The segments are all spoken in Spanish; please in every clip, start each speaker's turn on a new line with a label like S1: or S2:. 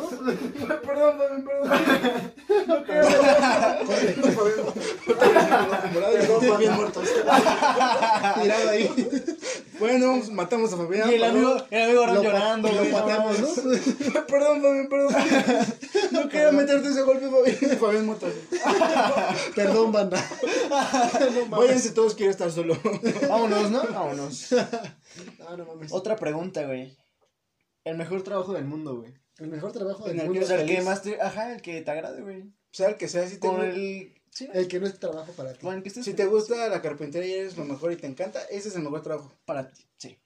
S1: Perdón, perdón, perdón. No quiero.
S2: bien muertos. Tirado ahí. Bueno, matamos a Fabián.
S3: Y el
S2: paró,
S3: amigo, el amigo Ron
S2: lo pa-
S3: llorando, güey,
S2: Lo
S3: no
S2: pateamos,
S3: mames.
S2: ¿no?
S1: Perdón, Fabián, perdón.
S2: No quería meterte ese golpe, Fabián. Fabián muerto.
S4: Perdón, banda.
S2: Váyanse todos, quiero estar solo.
S3: Vámonos, ¿no? Vámonos.
S4: No, no mames.
S3: Otra pregunta, güey. El mejor trabajo del mundo, güey.
S4: El mejor trabajo del
S3: En el,
S4: mundo.
S3: o sea, el que
S4: feliz.
S3: más te... Ajá, el que te agrade, güey.
S2: O sea, el que sea, si te,
S3: Con
S2: gu-
S3: el... Sí, ¿no?
S4: El que no es trabajo para ti.
S3: Con el que estés
S2: si te gusta la carpintería y eres lo mejor y te encanta, ese es el mejor trabajo.
S3: para ti. Sí.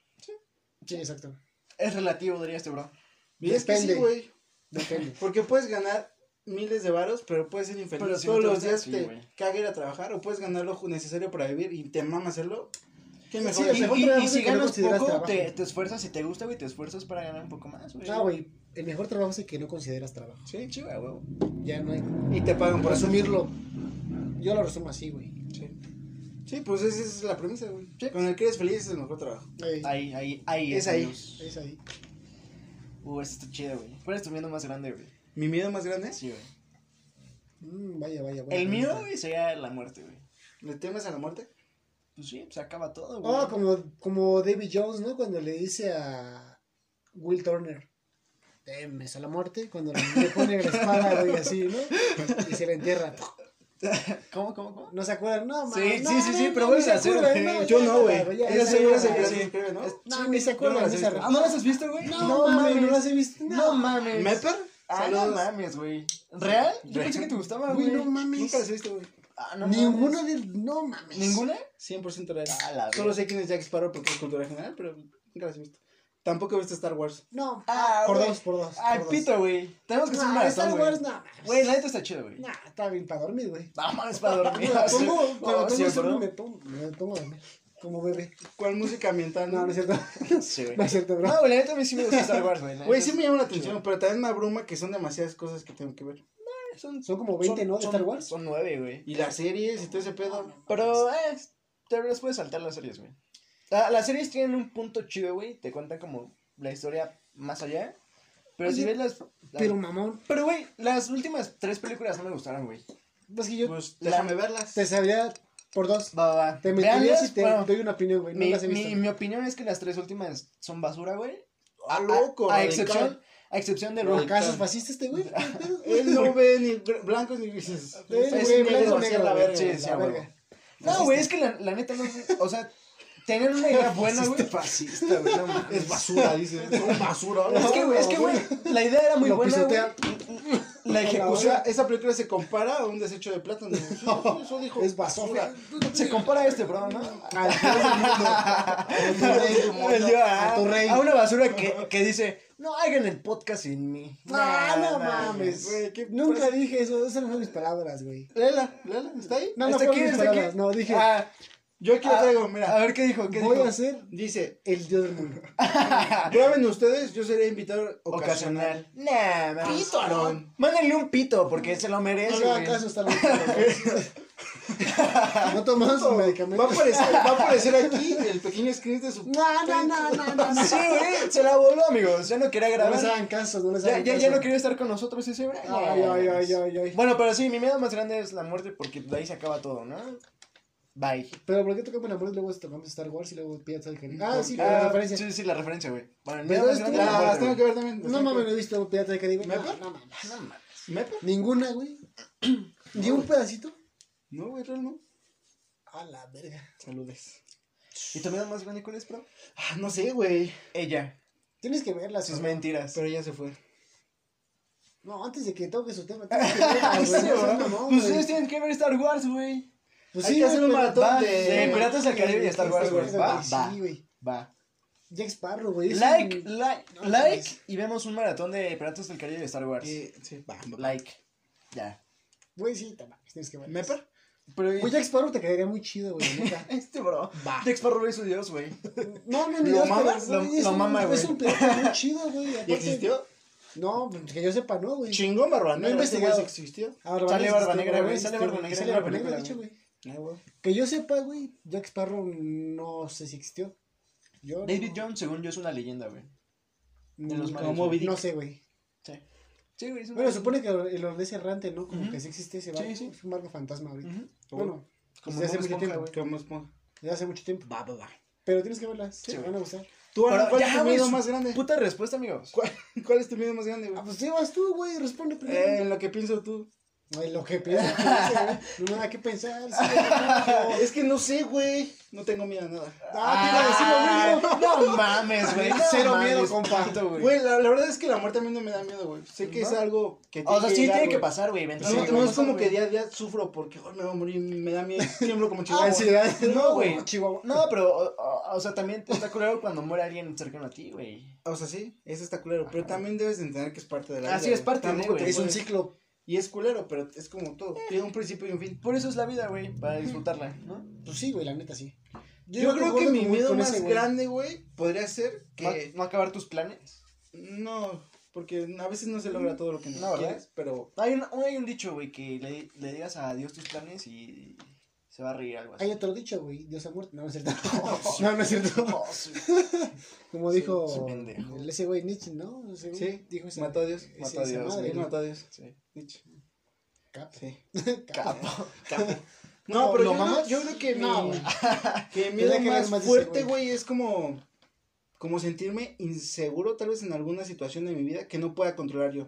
S4: Sí, exacto.
S3: Es relativo, dirías tú, bro.
S2: Y es que sí,
S4: Depende.
S2: güey.
S4: Depende.
S2: Porque puedes ganar miles de varos, pero puedes ser infeliz
S3: Pero si
S2: todos
S3: no te
S2: los
S3: gusta,
S2: días
S3: sí,
S2: te
S3: güey.
S2: caga ir a trabajar o puedes ganar lo ju- necesario para vivir y te mama hacerlo. ¿Qué mejor?
S4: Sí, o sea,
S3: Y, y-
S4: otra
S3: y
S4: cosa
S3: si
S4: que no
S3: ganas
S4: consideras
S3: poco,
S4: trabajo.
S3: te, te esfuerzas. Si te gusta, güey, te esfuerzas para ganar un poco más, Ah, güey.
S4: No, güey. El mejor trabajo es el que no consideras trabajo.
S3: Sí, sí, güey, güey.
S4: Ya no hay.
S2: Y te pagan por
S4: Por
S2: eso.
S4: resumirlo, yo lo resumo así, güey.
S2: Sí. Sí, pues esa es la premisa, güey.
S3: Sí.
S2: Con el que eres feliz es el mejor trabajo.
S4: Ahí,
S3: Ahí, ahí, ahí.
S2: Es ahí.
S3: amigos.
S4: Es ahí.
S3: Uh, eso está chido, güey. ¿Cuál es tu miedo más grande, güey?
S2: Mi miedo más grande
S3: Sí, güey.
S4: Mm, vaya, vaya, vaya.
S3: El miedo, güey, sería la muerte, güey.
S2: ¿Le temes a la muerte?
S3: Pues sí, se acaba todo, güey.
S4: Oh, como, como David Jones, ¿no? Cuando le dice a Will Turner, temes a la muerte, cuando le le pone la espada, güey, así, ¿no? Y se la entierra.
S3: ¿Cómo, cómo, cómo?
S4: No se acuerdan, no,
S3: Sí,
S4: man, no,
S3: sí, sí, sí,
S4: no,
S3: pero
S4: no,
S3: vuelves
S4: no
S3: a
S4: se
S3: hacer,
S4: acuerdan,
S3: güey.
S2: Yo no, güey.
S4: ya,
S2: Ella
S4: ya,
S2: se
S4: ya,
S2: ella se
S4: ya,
S2: ella
S4: ya.
S2: se escribe, ¿no?
S4: No, ni se
S2: Yo no
S4: acuerdan,
S2: las
S4: ni
S2: he
S4: se
S2: visto.
S3: Ah,
S4: arrepienten.
S3: ¿no las has visto, güey?
S4: No, mames, ¿no las he visto?
S3: No mames.
S2: ¿Mepper?
S3: Ah, no
S2: Saludos.
S3: mames, güey. ¿Real? Yo
S2: Real.
S3: pensé que te gustaba,
S4: Güey,
S3: güey.
S4: no mames.
S2: Nunca las he visto, güey.
S3: Ah, no
S4: Ninguna
S3: mames.
S4: de. No mames.
S3: ¿Ninguna?
S2: 100% real.
S3: A la
S2: Solo sé quién es Jack Sparrow porque es cultura general, pero nunca las he visto. Tampoco he visto Star Wars.
S4: No.
S3: Ah,
S4: por
S3: güey.
S4: dos, por dos.
S3: Ay,
S4: por dos.
S3: pito, güey. Tenemos que hacer
S4: Nah,
S3: una
S4: Star
S3: maratón,
S4: Wars,
S3: güey.
S4: no.
S3: Güey, la neta está chido, güey.
S4: Nah, está bien para dormir, güey.
S3: No mames, para dormir.
S4: Me pongo,
S3: No,
S4: cuando
S3: sí,
S4: tomo sueño
S3: bro.
S4: me pongo, me pongo a dormir. Como bebé.
S2: ¿Cuál música ambiental?
S4: No, no es cierto.
S3: Sí, güey.
S4: No es cierto, bro.
S3: No, güey, la neta a mí sí me gusta Star Wars, güey. La
S2: Güey,
S3: neta
S2: sí me llama la atención, pero también me abruma que son demasiadas cosas que tengo que ver.
S3: Son,
S4: Son como 20, ¿no? De
S3: son-
S4: Star Wars.
S3: Son 9, güey.
S2: Y las series y todo ese pedo.
S3: Pero, eh, te las puedes saltar las series, güey. La- las series tienen un punto chido, güey. Te cuentan como la historia más allá. Pero si
S4: Oye,
S3: ves las. las-
S4: Pero mamón,
S3: pero, güey, las últimas tres películas no me gustaron, güey.
S4: es que yo
S2: Pues déjame verlas.
S4: te sabría por dos.
S3: Va, va, va.
S4: Te mentiría
S3: Véanlas,
S4: si te
S3: bueno,
S4: doy una opinión, güey. No
S3: mi,
S4: las he
S3: mi,
S4: visto.
S3: mi opinión es que las tres últimas son basura, güey.
S2: ¡Ah, loco!
S3: A, a
S2: radical.
S3: excepción, a excepción de
S4: ¿Por
S3: Rogue.
S4: ¿Acaso es fascista este güey? ¿Qué pedo?
S2: Él no ve ni br- blancos ni grises.
S4: Es
S3: Es
S4: güey,
S3: negro,
S4: blanco
S3: así
S4: negro,
S3: a la
S4: güey,
S3: verga,
S4: la
S3: sí, a huevo.
S4: verga.
S3: No, güey, es que la, la neta no. O sea, tener una idea buena, güey.
S2: fascista, güey. no mames. Es basura, dice. Es basura.
S3: Es que, güey, es que, güey, la idea era muy
S4: Lo
S3: buena, güey.
S4: pisotea.
S3: La
S2: O sea,
S3: ejecución
S2: esa película se compara a un desecho de plátano. Eso dijo.
S4: Es basura.
S3: se compara a este, bro, ¿no?
S4: Al Dios del mundo. Al Dios del mundo.
S3: Pues yo, ah,
S4: a tu rey.
S3: A una basura que, que dice, no hagan el podcast sin mí.
S4: Ah,
S3: Nah,
S4: no
S3: nah,
S4: mames.
S2: güey, qué-
S4: Nunca dije eso. Esas no son mis palabras, güey.
S2: Léela, léela, está ahí.
S4: No, no
S3: ¿Hasta
S4: fueron
S3: aquí,
S4: mis
S3: hasta
S4: palabras.
S3: aquí?
S4: No, dije,
S3: Ah,
S2: Yo aquí lo
S3: ah,
S2: traigo,
S3: A
S2: mira.
S3: ver qué dijo, qué
S4: voy
S3: dijo.
S4: a ser
S2: Dice,
S4: el Dios del mundo.
S2: graben ustedes, yo seré invitado ocasional.
S3: Ocasional. Nah, mames.
S2: Pito, Aarón.
S3: Mándenle un pito, porque se lo
S4: No
S3: merece,
S4: le hagan
S3: güey.
S4: caso, está bien. No tomas sus
S2: Va a
S4: medicamentos.
S2: aparecer, va a aparecer aquí el pequeño screen de su.
S4: No, no, no, no, no. no.
S3: Sí, güey, se la voló, amigos. Ya no quería
S4: No les
S3: grabar.
S4: hagan caso, no les
S3: Ya,
S4: hagan
S3: ya,
S4: caso.
S3: ya no quería estar con nosotros ese, güey. Nah,
S4: Ay, ay, ay,
S3: mames.
S4: ay, ay.
S3: Bueno, pero sí, mi miedo más grande es la muerte porque de ahí se acaba todo, ¿no? Bye.
S4: Pero ¿por qué tocamos la muerte y luego tocamos Star Wars y luego Piratas del Caribe? Ah, sí,
S3: Ah,
S4: la referencia. Pues
S3: Sí, sí, la referencia, güey. Bueno, el
S4: Pero
S3: miedo
S4: es
S3: más grande es la
S2: Las
S3: muerte,
S2: tengo
S3: güey.
S2: que ver también. las
S4: No
S2: tengo que
S4: mames, no
S2: ver.
S4: he visto Piratas del Caribe.
S2: ¿Me
S4: No,
S2: acuerdo?
S4: no mames.
S3: No mames.
S2: ¿Mepa?
S4: Ninguna, güey. Ni un pedacito.
S2: No, güey, real no.
S4: A la verga.
S2: Saludes.
S3: ¿Y tu miedo más grande cuál es, bro?
S2: Ah, no sé, güey.
S3: Ella.
S4: Tienes que verla,
S3: Sus
S4: sus
S3: mentiras.
S2: Pero ya se fue.
S4: No, antes de que toque su tema, tienes que verla, güey.
S3: Sí,
S4: No seas
S3: ¿verdad?
S4: mamón,
S3: Pues
S4: güey.
S3: ustedes tienen que ver Star Wars, güey.
S4: Pues
S2: hay que
S4: güey,
S2: hacer un
S4: pero-
S2: maratón
S4: Va,
S2: de-
S3: de Piratas del Caribe y Star Wars, güey. Va, va.
S4: Sí, güey.
S3: Va.
S4: Jack Sparrow, güey. es
S3: Like,
S4: un-
S3: like,
S4: No,
S3: like. Y vemos un maratón de Piratas del Caribe de Star Wars.
S2: Eh, sí, va.
S3: Like. Ya.
S4: Güey, sí, te mames, tienes que verla.
S2: ¿Mepa?
S3: Pero
S4: Güey, Jack Sparrow te quedaría muy chido, güey, neta.
S3: este, bro.
S2: Va.
S3: Jack Sparrow es su dios, güey.
S4: No, no,
S3: ¿Lo
S4: ni Dios,
S3: mamas?
S4: pero,
S3: Lo-
S4: güey, es
S3: lo
S4: un-
S3: mama,
S4: Es
S3: güey.
S4: un pirata muy chido, güey.
S2: ¿Y
S4: aparte-
S2: existió?
S4: No, pues, que yo sepa, no, güey.
S2: Chingón, Barba
S4: No he
S2: Negra, este güey
S4: investigado.
S2: sí existió.
S4: Ah, Barba
S3: Sale
S4: Negra,
S3: Barba
S4: este,
S3: Negra, güey,
S4: este,
S3: sale Barba Negra
S4: Sale
S3: en la
S4: Barba Negra, de
S3: película,
S4: hecho, güey.
S3: Ah,
S4: Que yo sepa, güey, Jack Sparrow no sé si existió. Yo
S3: David
S4: no-
S3: Jones, según yo, es una leyenda, güey.
S4: no-
S3: de los
S4: no-
S3: malos,
S4: no
S3: güey.
S4: sé, güey.
S3: Sí. Sí, güey. es un-
S4: Bueno, se supone que el holandés errante, ¿no? Como
S2: Ujú.
S4: que sí existe ese barco.
S2: Sí, sí.
S4: Es un barco fantasma ahorita.
S2: Ujú.
S4: Bueno,
S3: Como
S4: desde hace
S3: Bob
S4: mucho
S3: Esponja,
S4: tiempo.
S3: güey.
S2: Como esponja.
S4: desde hace mucho tiempo.
S2: Va, va, va.
S4: Pero tienes que verlas,
S3: Sí,
S4: te
S3: güey.
S4: van a gustar.
S2: ¿Tú, Arnold,
S3: Pero
S2: cuál
S3: ya,
S2: es tu
S3: güey,
S2: miedo
S3: su-
S2: más grande?
S3: Puta respuesta, amigos.
S2: ¿Cuál, cuál es tu miedo más grande,
S4: Ah,
S2: güey?
S4: pues llevas tú, güey, responde
S2: Eh,
S4: primero.
S2: en lo que pienso tú.
S4: Ay, lo que piensas, güey. no nada que pensar. sí, güey.
S2: es que no sé, güey. No tengo miedo a nada.
S4: Ah, te iba Ah, a decir lo mismo.
S3: No mames, güey. no
S2: Cero
S3: mames,
S2: miedo, compa.
S3: puto, güey.
S2: Güey, la, la verdad es que la muerte a mí no me da miedo, güey. Sé que
S3: ¿No?
S2: es algo que
S3: O sea, sí
S2: llegar,
S3: tiene que
S2: güey.
S3: pasar, güey.
S2: No,
S3: Eventualmente
S2: no
S3: va a
S2: es
S3: pasar,
S2: como que
S3: güey.
S2: día
S3: Ah,
S2: a día sufro porque "Ay, me va a morir, me da miedo. Tiemblo como chihuahua.
S4: Ansiedad.
S3: No, güey.
S4: Ah, Chihuahua.
S3: No, pero, o, o- o sea, también te está culero cuando muere alguien cercano a ti, güey.
S2: O sea, sí, eso está culero. Pero
S3: Ajá.
S2: también debes de entender que es parte de la
S3: Ah,
S2: vida.
S3: sí, es
S2: güey.
S3: parte de,
S2: Tampoco
S3: güey.
S2: te
S4: Es un
S2: puedes-
S4: ciclo.
S2: Y es culero, pero es como todo. Tiene un principio y un fin.
S3: Por eso es la vida, güey, para disfrutarla, ¿no?
S4: Pues sí, güey, la neta sí.
S2: Yo,
S4: no
S2: creo que
S4: concuerdo
S2: mi
S4: con-
S2: miedo
S4: con
S2: más
S4: ese, güey.
S2: grande, güey, podría ser
S3: No,
S2: que...
S3: no acabar tus planes.
S2: No, porque a veces no se logra todo lo que
S3: No,
S2: no,
S3: ¿verdad?
S2: quieres, pero...
S3: Hay un, hay un dicho, güey, que le, le digas a Dios tus planes y se va a reír algo
S4: Hay
S3: así.
S4: otro dicho, güey. Dios ha muerto. No, no es cierto. No, no es cierto.
S3: Oh, sí.
S4: Como
S3: Sí,
S4: dijo
S3: sí, pendejo.
S4: el- ese güey Nietzsche, ¿no? Ese güey
S2: Sí,
S4: dijo esa-
S2: mató a Dios,
S4: ese-
S2: mató a
S4: esa
S2: Dios,
S4: madre,
S2: güey,
S4: ¿no?
S2: mató a Dios.
S3: Sí.
S2: Dicho.
S4: Cap-
S2: Sí.
S4: cap.
S3: Capo.
S2: No,
S4: No,
S2: pero
S4: ¿lo
S2: yo, no,
S4: mamas?
S2: yo creo que mi,
S4: No, güey.
S2: que mi
S4: Tendría
S2: miedo
S4: que haber
S2: más
S4: más de ese,
S2: fuerte,
S4: güey.
S2: güey, es como, como sentirme inseguro tal vez en alguna situación de mi vida que no pueda controlar yo.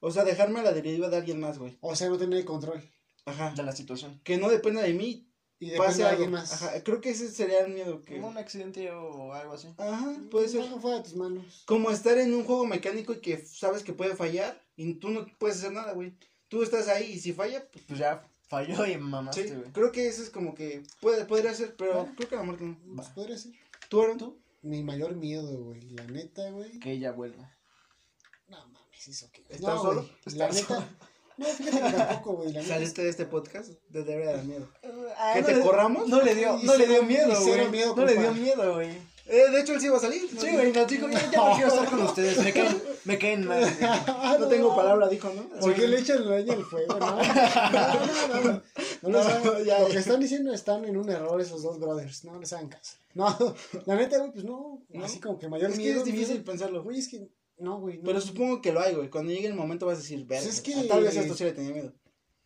S2: O sea, dejarme a la deriva de alguien más, güey.
S4: O sea, no tener control.
S2: Ajá.
S3: De la situación.
S2: Que no dependa de mí,
S4: Y
S2: pase
S4: depende de alguien
S2: algo.
S4: más.
S2: Ajá, eh, creo que ese sería el miedo que...
S3: Como un accidente o algo así.
S2: Ajá, puede ser.
S4: Algo fuera de tus manos.
S2: Como estar en un juego mecánico y que sabes que puede fallar y tú no puedes hacer nada, güey. Tú estás ahí y si falla, pues
S3: Pues ya falló y mamaste,
S2: sí.
S3: güey.
S2: Creo que eso es como que puede, podría ser, pero
S3: Ah.
S2: creo que la muerte no.
S4: Pues podría ser.
S2: ¿Tú, Aaron?
S4: Mi mayor miedo, güey. La neta, güey.
S3: Que ella vuelva.
S4: No mames, eso que.
S2: ¿Estás
S4: no,
S2: solo?
S4: güey, La
S3: ¿Estás
S4: neta. No, fíjate que tampoco, güey. La neta.
S2: Saliste de este podcast de debe dar miedo.
S3: Ah,
S2: te
S3: le-
S2: corramos?
S3: No le dio,
S4: Y
S3: no le
S4: cero-
S3: dio miedo,
S4: y cero
S3: güey.
S4: miedo,
S3: No le
S4: compa.
S3: dio miedo, güey.
S2: Eh, de hecho, él sí iba a salir.
S3: Sí, güey, nos dijo, ya, ya no quiero estar con ustedes, me caen, me caen mal. güey.
S4: Ah,
S2: No tengo palabra, dijo, ¿no?
S4: ¿Por qué le echan leña al fuego? No, no, no. no, no. No les hagan-
S2: No, ya,
S4: lo
S2: ya.
S4: que están diciendo están en un error esos dos brothers. No les hagan caso. No, la neta, güey, pues no.
S2: ¿No?
S4: Así como que mayor
S2: Es que
S4: miedo.
S2: es difícil
S4: miedo.
S2: pensarlo.
S4: Güey, es que. No, güey. no.
S2: Pero supongo que lo hay, güey. Cuando llegue el momento vas a decir, verga.
S4: Pues es
S2: güey,
S4: que-
S2: Tal vez a esto sí le tenía miedo.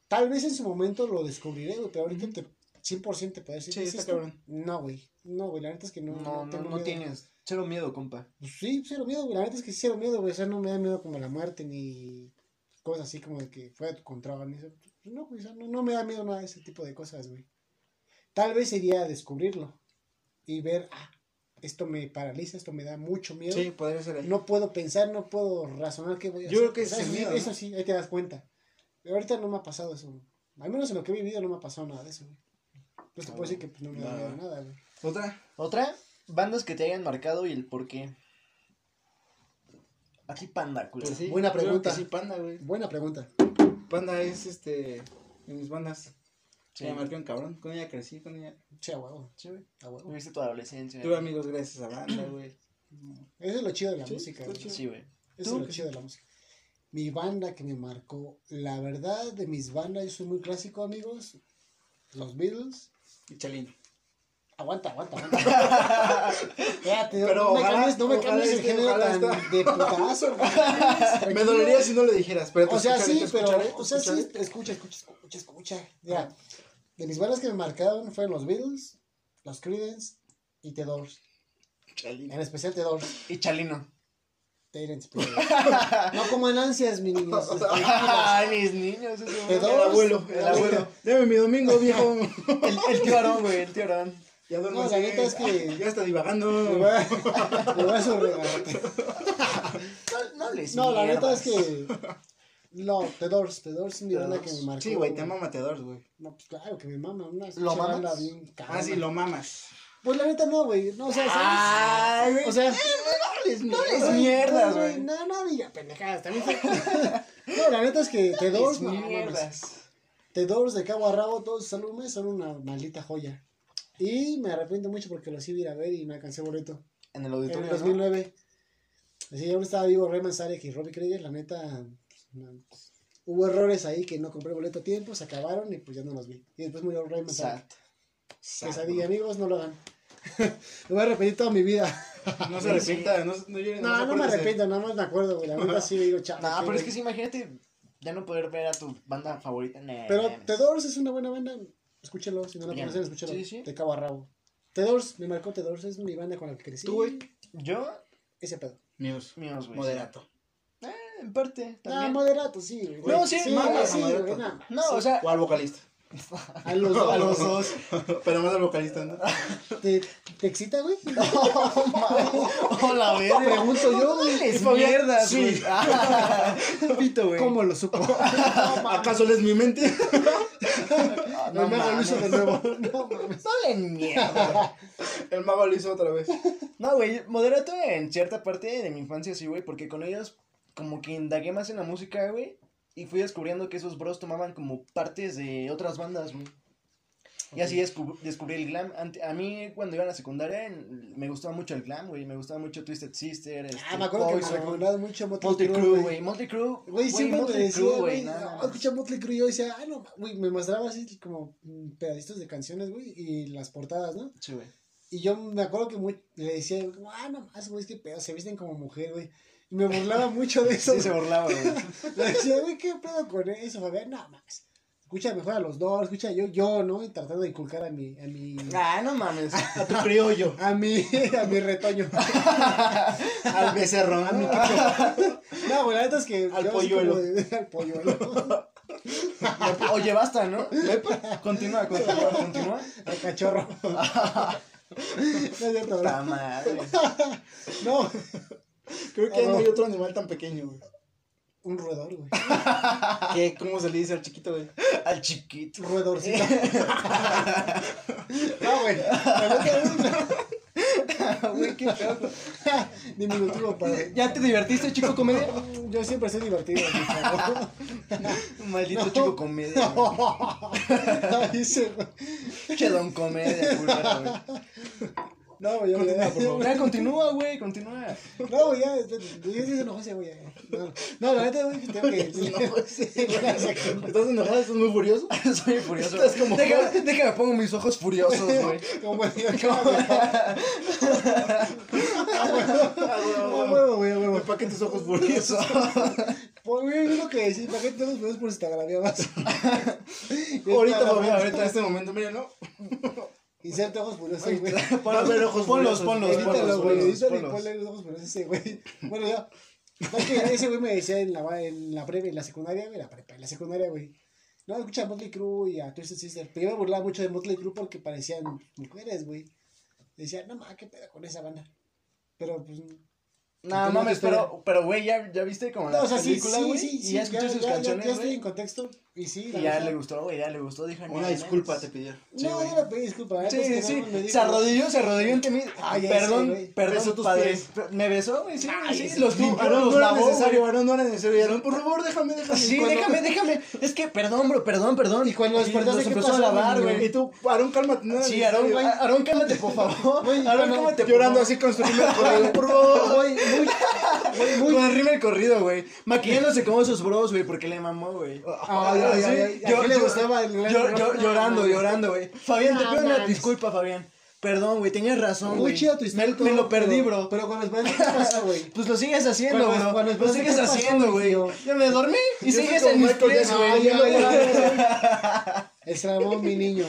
S4: Tal vez en su momento lo descubriré, güey, pero ahorita te, 100% te puedo decir.
S2: Sí,
S4: ¿qué es
S2: está
S4: esto?
S2: cabrón.
S4: No, güey. No, güey, la neta es que no.
S3: No, no,
S4: tengo
S3: no
S4: miedo.
S3: tienes. Cero miedo, compa.
S4: Pues sí, cero miedo, güey. La neta es que sí, cero miedo, güey. O sea, no me da miedo como la muerte ni cosas así como de que fuera tu control. ni eso. Pues No, güey, o sea, no, no me da miedo nada de ese tipo de cosas, güey. Tal vez sería descubrirlo y ver, ah, esto me paraliza, esto me da mucho miedo.
S2: Sí, podría ser ahí.
S4: No puedo pensar, no puedo razonar qué voy a
S2: Yo
S4: hacer.
S2: creo que
S4: O sea,
S2: ese
S4: sí,
S2: miedo, ¿no?
S4: Eso sí, ahí te das cuenta. Pero ahorita no me ha pasado eso. güey. Al menos en lo que he vivido no me ha pasado nada de eso, güey. Pues te
S3: Ah,
S4: puedo decir que pues, no me da
S2: nada.
S4: miedo nada, güey.
S2: Otra.
S3: Otra, bandas que te hayan marcado y el por qué. A ti, panda, culero.
S2: Pues sí,
S4: Buena
S2: yo creo
S4: pregunta.
S2: que Sí, Panda, güey.
S4: Buena pregunta.
S2: Panda es este. De mis bandas.
S3: Sí.
S2: Me marcó un cabrón. Con ella crecí, con ella.
S4: Sí, a huevo,
S3: Sí, güey.
S4: a huevo.
S3: Tuviste tu adolescencia.
S2: Tuve amigos gracias a banda, güey.
S4: Eso es lo chido de la
S2: Sí,
S4: música,
S2: está
S4: güey.
S2: chido.
S3: Sí, güey.
S4: Eso
S2: ¿Tú
S4: es lo
S2: qué?
S4: chido de la música. Mi banda que me marcó, la verdad de mis bandas, yo soy muy clásico, amigos. Los Beatles.
S2: Y Chalino.
S4: Aguanta, aguanta, aguanta. Espérate,
S2: Pero
S4: no me
S2: ojalá-
S4: cambies, no me
S2: ojalá
S4: cambies el
S2: esté-
S4: género
S2: ojalá
S4: tan
S2: está.
S4: de putazo. güey.
S2: Me
S4: Tranquilo.
S2: dolería si no lo dijeras, pero te
S4: O sea,
S2: escucharé,
S4: sí,
S2: te
S4: pero.
S2: escucharé, te
S4: O sea, sí,
S2: escucharé.
S4: escucha, escucha, escucha, escucha. Mira, de mis bandas que me marcaron fueron los Beatles, los Creedence y The Doors.
S2: Chalino.
S4: En especial The Doors.
S3: Y Chalino.
S4: Terence, por favor. No coman ansias, mis niños.
S3: Ay, mis niños. eso, güey.
S4: Te doy-
S2: El abuelo, el
S4: El
S2: abuelo. Deme mi domingo, viejo.
S3: El, el tío Aarón, güey, el tío Aarón.
S2: Ya duermo.
S4: No, la neta es que-
S2: Ya está
S4: Le
S2: divagando.
S4: voy a- le voy a sobregalar.
S3: No, no les
S4: No, la neta
S3: mierdas.
S4: es que. No, The Doors, The Doors es mi
S3: The
S4: banda que
S3: Doors.
S4: me marcó.
S2: Sí, güey, te ama Matador, güey.
S4: No, pues claro que me mama. Una
S3: ¿Lo mamas?
S4: banda bien cabrona.
S2: Ah, sí, lo mamas.
S4: Pues la neta no, güey. No, o sea,
S3: Ay,
S4: ¿sabes?
S3: güey.
S4: O sea,
S3: Ah, No
S4: Ay,
S3: les
S4: güey,
S3: mierdas,
S4: no,
S3: güey.
S4: No, no, diga pendejadas. También No, la neta es que The
S3: No les
S4: Doors, no, mames.
S3: mierdas.
S4: The Doors de cabo a rabo, todos sus álbumes son una maldita joya. Y me arrepiento mucho porque los iba a ir a ver y me alcancé boleto.
S3: En
S4: En
S3: el
S4: el
S3: auditorio, ¿no?
S4: 2009. Así, aún estaba vivo Rayman Sarek y Robbie Krieger. La neta, pues, no. hubo errores ahí que no compré boleto a tiempo, se acabaron y pues ya no los vi. Y después murió Rayman Sarek.
S3: Exacto.
S4: Pesadilla, amigos, no lo hagan. Lo voy a repetir toda mi vida.
S2: No se arrepienta, no, no llore,
S4: No,
S2: se
S4: no me
S2: acuerde.
S4: arrepiento, nada más me acuerdo, güey. La neta sí digo, chaval.
S3: No, pero es que sí, imagínate ya no poder ver a tu banda favorita. Nah,
S4: Pero
S3: mames.
S4: The Doors es una buena banda. Escúchelo, si no la
S3: Ya.
S4: conocen, escúchelo.
S3: Sí, sí.
S4: De cabo a rabo. The Doors, me marcó The Doors, es mi banda con la que crecí.
S2: Tú, güey.
S3: Yo,
S4: Ese pedo.
S2: Muse,
S3: míos, güey.
S2: moderato.
S3: sí. En parte,
S4: Ah,
S3: también.
S4: moderato, sí, güey.
S3: No, sí, mames,
S4: sí,
S2: moderato.
S4: güey, nada más.
S3: no, o sea,
S2: O al vocalista.
S4: A los dos.
S3: a los dos.
S2: Pero más al vocalista, ¿no?
S4: ¿Te, te excita, güey?
S3: Hola, verga.
S4: Pregunto yo, güey.
S3: Es
S4: Fabián,
S3: mierda,
S4: sí.
S3: sí.
S2: Ah,
S3: Pito, güey.
S4: ¿Cómo lo supo? No, mames.
S2: ¿Acaso lees mi mente?
S3: Ah,
S4: No,
S3: No,
S4: me hagan
S3: mames.
S4: uso de nuevo. No, mames.
S3: No le mierda.
S2: El mago lo hizo otra vez.
S3: No, güey, moderato en cierta parte de mi infancia, sí, güey, porque con ellos como que indagué más en la música, güey, y fui descubriendo que esos bros tomaban como partes de otras bandas, güey. Y así descub- descubrí el glam. Ante- a mí, cuando iba a la secundaria, en- me gustaba mucho el glam, güey. Me gustaba mucho Twisted Sister. este,
S4: Ah, me acuerdo que me
S3: Poison,
S4: recomendaron mucho Motley
S3: Motley
S4: Crue,
S3: Crue,
S4: güey.
S3: güey. Motley Crue.
S4: Güey, siempre me
S3: Motley
S4: decía,
S3: Crue,
S4: güey,
S3: no, no,
S4: no,
S3: no.
S4: escucha Motley Crue, yo decía, ah, no, güey, me mostraba así como mm, pedacitos de canciones, güey, y las portadas, ¿no?
S3: Sí, güey.
S4: Y yo me acuerdo que muy, le decía, ah, no más, güey, es que pedo, se visten como mujer, güey. Y me burlaba mucho de eso.
S3: Sí, se burlaba, güey.
S4: Le decía, güey, ¿qué pedo con eso, Fabián? No más. Escucha mejor a los dos, escucha yo, yo, ¿no? Y tratando de inculcar a mi, a mi,
S3: ah, no mames.
S2: A tu criollo.
S4: a mi, a mi retoño.
S2: Al becerro.
S4: A mi equipo. No, güey, la neta es que.
S2: Al
S4: yo así
S2: polluelo.
S4: como de- al polluelo.
S3: Oye, basta, ¿no? pues, Continúa, continúa, continúa.
S4: Al cachorro. No es cierto, bro.
S3: Puta madre.
S4: No,
S2: Creo que no hay otro animal tan pequeño, güey.
S4: un roedor, güey.
S2: ¿Qué? ¿Cómo se le dice al chiquito, güey?
S3: Al chiquito.
S4: Roedorcito. No, güey. la neta,
S3: Güey, qué pedo.
S4: güey, Diminutivo padre.
S3: ¿Ya te divertiste, chico comedia?
S4: Yo siempre soy divertido, mi chavo.
S3: Maldito chico comedia. güey.
S4: No. Dice, güey.
S3: Che, don comedia, culero, güey.
S4: No, güey, ya, ya, ya,
S3: Ya, continúa, güey, continúa.
S4: No, güey, ya, ya, ya se enojó ese güey. ya. No, no, la neta, güey, que tengo que.
S2: ¿Estás enojado? ¿Estás muy furioso?
S3: Soy furioso.
S2: Estás como-
S3: Déjame, déjame, pongo mis ojos furiosos, güey.
S4: Como el niño que habla. Ah, huevo, güey, a huevo. Pues,
S2: ¿Para qué tus ojos furiosos?
S4: Por mí es lo que decir, ¿para qué tenemos videos por Instagram? Ya vas.
S2: Ahorita, Fabián, ahorita en este momento, mira, ¿no?
S4: Inserte ojos furiosos, güey.
S2: Va a haber ojos
S3: ponlos,
S2: furiosos.
S3: Eh, ponlos,
S2: Evítalo,
S4: Edítalo,
S3: ponlos,
S4: güey.
S3: ponlos,
S4: Edítalo y
S3: ponlos.
S4: ponle los ojos furiosos a ese güey. Bueno, ya. No, que ese güey me decía en la, en la prepa, en la secundaria, güey, la prepa, en la secundaria, güey. No, escucha a Motley Crue y a Twisted Sister. Pero yo me burlaba mucho de Motley Crue porque parecían mujeres, güey. Decía, no mames, qué pedo con esa banda. Pero pues.
S3: No, mames, pero, pero, güey, ya, ya viste como la
S4: No, o sea, sí,
S3: película,
S4: sí,
S3: güey.
S4: sí,
S3: y
S4: sí.
S3: ya escuché sus
S4: ya,
S3: canciones,
S4: Ya
S3: güey.
S4: estoy en contexto. Y sí, la
S3: Y ya
S4: verdad.
S3: le gustó, güey, ya le gustó, dijo. no
S2: Una
S3: mames.
S2: disculpa te pidió.
S4: No, yo la pedí disculpa. la neta
S3: Sí,
S4: es que
S3: sí,
S4: no me dijo-
S3: se arrodilló, se arrodilló ante mí.
S4: Ay, ese,
S3: perdón,
S4: güey.
S3: perdón,
S2: Besó tus
S3: padre.
S2: pies.
S3: Pe- Me besó, güey, sí, sí,
S2: Sí,
S3: los
S2: limpiaron,
S3: limpiaron, los
S2: no era
S3: lavó.
S2: necesario,
S3: güey.
S2: varón, no era necesario. varón, por favor, déjame, déjame.
S3: Sí,
S2: Y cuando-
S3: déjame, déjame. Es que, perdón, bro, perdón, perdón.
S4: Y cuando despertaste,
S3: nos
S4: ¿qué
S3: empezó
S4: pasó,
S3: a lavar,
S4: niño?
S3: güey.
S2: Y tú, varón, cálmate. No era
S3: Sí,
S2: necesario.
S3: Aarón, a- Aarón, cálmate, por favor.
S4: Güey,
S3: Aarón,
S4: bueno,
S3: cálmate, por
S2: Llorando
S3: favor.
S2: así con su primer correo, por favor.
S4: Güey, muy-
S3: Con el rímel corrido, güey. Maquillándose como esos bros, güey, porque le mamó, güey.
S4: Ay, ay, ay, ay, ¿a
S3: Yo-
S4: qué le
S3: yo-
S4: gustaba el gran-
S3: yo- yo-
S4: No,
S3: Llorando,
S4: mames.
S3: llorando, güey. Fabián, te
S4: No,
S3: pido una
S4: mames.
S3: disculpa, Fabián. Perdón, güey, tenías razón,
S4: Muy
S3: güey.
S4: chida tu
S3: Me
S4: historia.
S3: me lo perdí, bro.
S4: Pero con los bandas, ¿qué pasa, güey?
S3: Pues lo sigues haciendo,
S4: Cuando-
S3: bro.
S4: cuando-
S3: lo
S4: cuando-
S3: sigues
S4: ¿qué pasó,
S3: haciendo, güey.
S4: tío?
S3: Yo me dormí y
S2: Yo soy
S3: sigues
S2: como
S3: en mis
S2: Michael
S3: pies,
S2: Jackson,
S3: güey.
S2: ya, ya,
S4: Exclamó mi niño.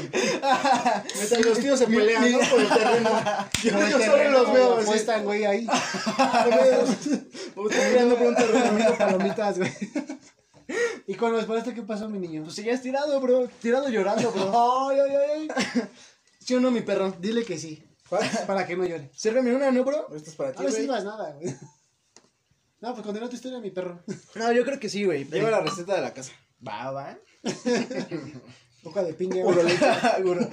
S2: Mientras los tíos se pelean, ¿no? Por el terreno. Yo, yo solo los veo
S4: Como
S2: así.
S4: están, güey, ahí.
S2: Me estoy peleando por un terreno.
S4: Comiendo palomitas, güey. ¿Y cuando despertaste qué pasó, mi niño?
S3: Pues sigues tirado, bro. Tirado llorando, bro. Ay, ay, ay. ¿Sí o no, mi perro?
S4: Dile que sí. Para que no llore.
S3: Sírveme una, ¿no, bro?
S2: Esto es para ti,
S4: No
S2: güey.
S4: recibas nada, güey. No, pues continúa tu historia, mi perro.
S3: No, yo creo que sí, güey.
S2: Lleva la receta de la casa.
S3: Va, va.
S4: Boca de piña.
S3: Seguro.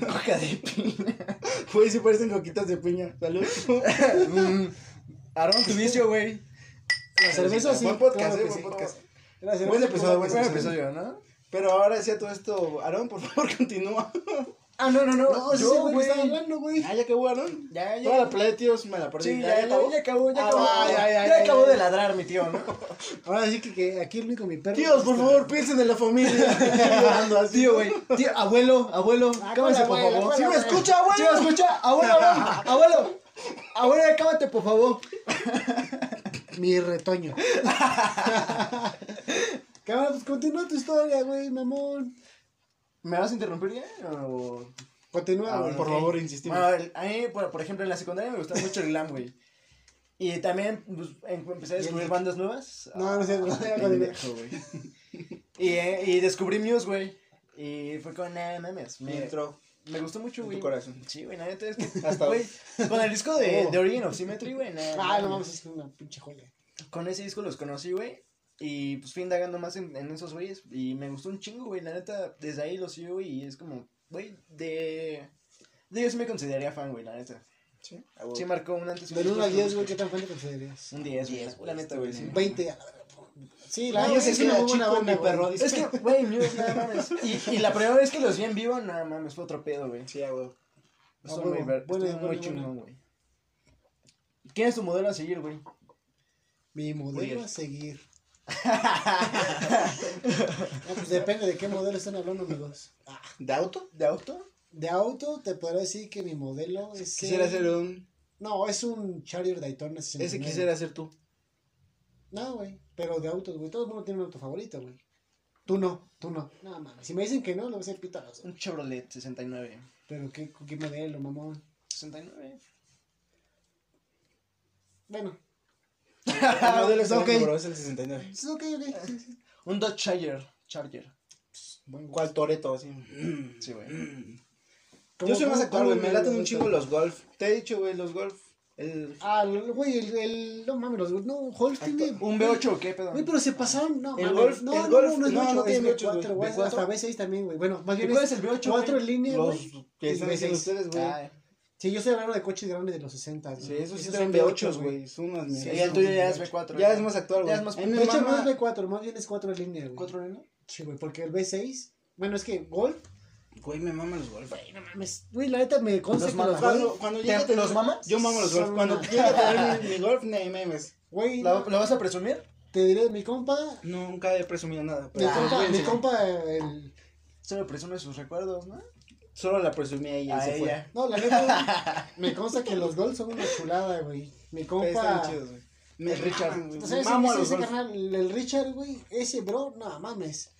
S3: Coca de piña.
S2: Güey, si parecen coquitas de piña. Salud.
S3: Mm. Aarón, tu vicio, güey.
S4: La cerveza sí.
S2: Buen podcast,
S4: claro
S2: eh,
S4: que
S2: buen
S4: sí.
S2: podcast.
S4: La cerveza,
S2: Buen episodio,
S4: claro
S2: buen
S4: que sí.
S2: episodio.
S3: ¿no?
S2: Pero ahora sí a todo esto, Aarón, por favor, continúa.
S3: Ah, no, no, no.
S4: No, sí,
S3: yo,
S4: güey,
S3: güey.
S4: estaba hablando, güey.
S2: Ah, ya que jugaron.
S3: Ya, ya.
S2: Toda la pelea de tíos me la perdí.
S3: Sí, ya, ya,
S2: acabó?
S3: ya acabó, ya
S2: Ah,
S3: acabó.
S2: va, ya, ya,
S3: ya
S2: ya,
S3: acabó
S2: ya.
S3: de ladrar mi tío, ¿no?
S4: Ahora sí que, que aquí el único mi perro. este,
S2: Tíos, por favor, piensen en la familia.
S3: Tío, güey. Tío, abuelo, abuelo,
S4: Ah,
S3: cámese, por
S4: abuela,
S3: favor.
S4: abuela,
S3: ¿Sí me
S4: abuela.
S3: escucha, abuelo? ¿Sí me escucha? Abuelo, abuelo, abuelo. Abuelo, cámate, por favor.
S4: Mi retoño. Cámara, pues continúa tu historia, güey, mamón.
S3: ¿Me vas a interrumpir ya? O... eh,
S4: Continúa,
S2: Ah,
S4: güey.
S2: Por
S4: ok. Ah,
S2: favor, insistimos.
S3: Bueno, el- a mí, por, por ejemplo, en la secundaria me gustaba mucho el glam, güey. Y también pues, em- empecé a descubrir bandas nuevas.
S4: No, no es cierto,
S3: Ah,
S4: ya con el-
S3: pendejo, güey. Y, eh, y descubrí Muse, güey. Y fue con eh, memes.
S2: Me
S3: Me,
S2: entró
S3: me gustó mucho,
S2: en
S3: güey.
S2: tu corazón.
S3: Sí, güey, la neta es que.
S2: Hasta
S3: Hasta güey. Con el disco de,
S4: Oh.
S3: de Origin of Symmetry, güey. nada,
S4: Ah,
S3: nada,
S4: no
S3: güey.
S4: mames, es una pinche joya.
S3: Con ese disco los conocí, güey. Y pues fui indagando más en, en esos güeyes. Y me gustó un chingo, güey. La neta, desde ahí los sigo, güey. Y es como, güey, de. De ellos sí me consideraría fan, güey, la neta.
S2: Sí, a huevo.
S3: Sí marcó un antes y un
S4: Del 1 al 10,
S3: después.
S4: güey, ¿qué tan fan te considerarías?
S3: Un 10, güey.
S2: Diez, güey,
S3: La neta, güey.
S2: este,
S3: sí.
S2: güey.
S4: 20 a la verga. Sí, la
S2: No,
S4: verdad
S2: yo
S4: es
S2: sé
S4: que
S2: que
S4: no
S2: era
S4: hubo una
S2: chico,
S4: buena,
S2: mi
S4: güey.
S2: perro, dice.
S3: Es que, güey, Muse, nada mames. Y, y la primera vez que los vi en vivo, nada mames, fue otro pedo, güey.
S2: Sí, a huevo.
S3: Estuvo
S4: huevo.
S3: muy, ver-
S4: Buena,
S3: estuvo muy
S4: buena,
S3: chingón, güey. ¿Quién es tu modelo a seguir, güey?
S4: Mi modelo
S2: Muriel.
S4: a seguir. No, pues depende de qué modelo están hablando, amigos.
S2: ¿De auto?
S3: ¿De auto?
S4: De auto, te podría decir que mi modelo es.
S2: Quisiera
S4: el-
S2: ser un.
S4: No, es un Charger Daytona 69.
S2: Ese quisiera ser tú.
S4: No, güey. Pero de autos, güey. Todo el mundo tiene un auto favorito, güey. Tú no, tú no. No, mames. Si me dicen que no, lo voy a hacer pitados.
S3: Un Chevrolet 69.
S4: Pero qué, qué modelo, mamón.
S3: 69.
S4: Bueno,
S2: El
S3: Ah, pues,
S2: modelo está
S4: ok.
S2: bien, bro, es el 69.
S4: es ok, ok. sí, sí.
S3: Un Dodge Charger. Charger.
S4: Bueno,
S2: ¿Cuál Toreto? Así.
S3: Sí, güey.
S2: Yo soy más actual, güey. Me laten
S4: gusta?
S2: un chingo los golf. Te he dicho, güey, los golf. El...
S4: Ah, el- güey, el, el. No mames, los. No, Holz tiene.
S3: ¿Un B8 o qué, pedo?
S4: Güey, pero se pasaron. No,
S2: El
S4: mames,
S2: golf-
S4: no,
S2: el
S4: no,
S2: golf-
S4: no, no es
S2: no,
S4: mucho,
S2: no
S4: es
S2: tiene
S4: B4,
S2: ocho,
S4: güey.
S2: güey. ¿De
S4: Hasta
S2: cuatro?
S4: B6 también, güey. Bueno, más
S3: ¿Y
S4: bien
S3: pues, cuál es
S4: es
S3: el B8?
S4: 4 en
S3: güey?
S4: línea,
S2: Los
S4: güey.
S2: que están
S4: Y
S2: diciendo
S4: 26.
S2: ustedes, güey.
S3: Ah,
S4: Sí, yo estoy hablando de coches grandes de los 60. güey.
S2: Sí, esos sí
S4: son
S2: son de 8, güey. Son unas
S3: sí,
S2: mierdas.
S3: ya el tuyo ya es B4.
S2: Ya es más actual, güey.
S3: Ya es más-
S2: A mí me
S4: De hecho, no
S2: mama-
S4: es B4, más bien es 4 en línea, güey.
S3: ¿Cuatro líneas?
S4: Sí, güey, porque el B6. Bueno, es que golf.
S2: Güey, me maman los golf.
S4: mames, Güey, la neta me consta
S3: Los
S4: que los
S3: mamas,
S4: golf.
S2: Cuando, cuando
S3: ¿Te-
S2: llegue a tener-
S3: los mamas?
S2: Yo mamo los golf.
S4: Son
S2: Cuando
S4: una-
S2: llegue a tener mi, mi golf, ne memes.
S4: Güey,
S3: ¿La-
S4: no,
S3: ¿Lo vas a presumir?
S4: te diré, mi compa.
S2: Nunca he presumido nada.
S4: Mi
S2: Pero te los voy a
S4: compa, mi
S2: enseñar.
S4: compa, el.
S3: Solo presume sus recuerdos, ¿no?
S2: Solo la presumí a ella. y
S3: A
S2: se fue.
S3: ella.
S4: No, la neta, güey, me consta que los golf son una chulada, güey. Mi
S2: Pero Están
S4: compa.
S2: chidos, güey. Me
S3: El Richard.
S2: maman, güey.
S4: O sea, ese,
S2: Mamo a
S4: ese-
S2: los
S4: ese
S2: golf.
S4: carnal, el Richard, güey, ese bro, no mames.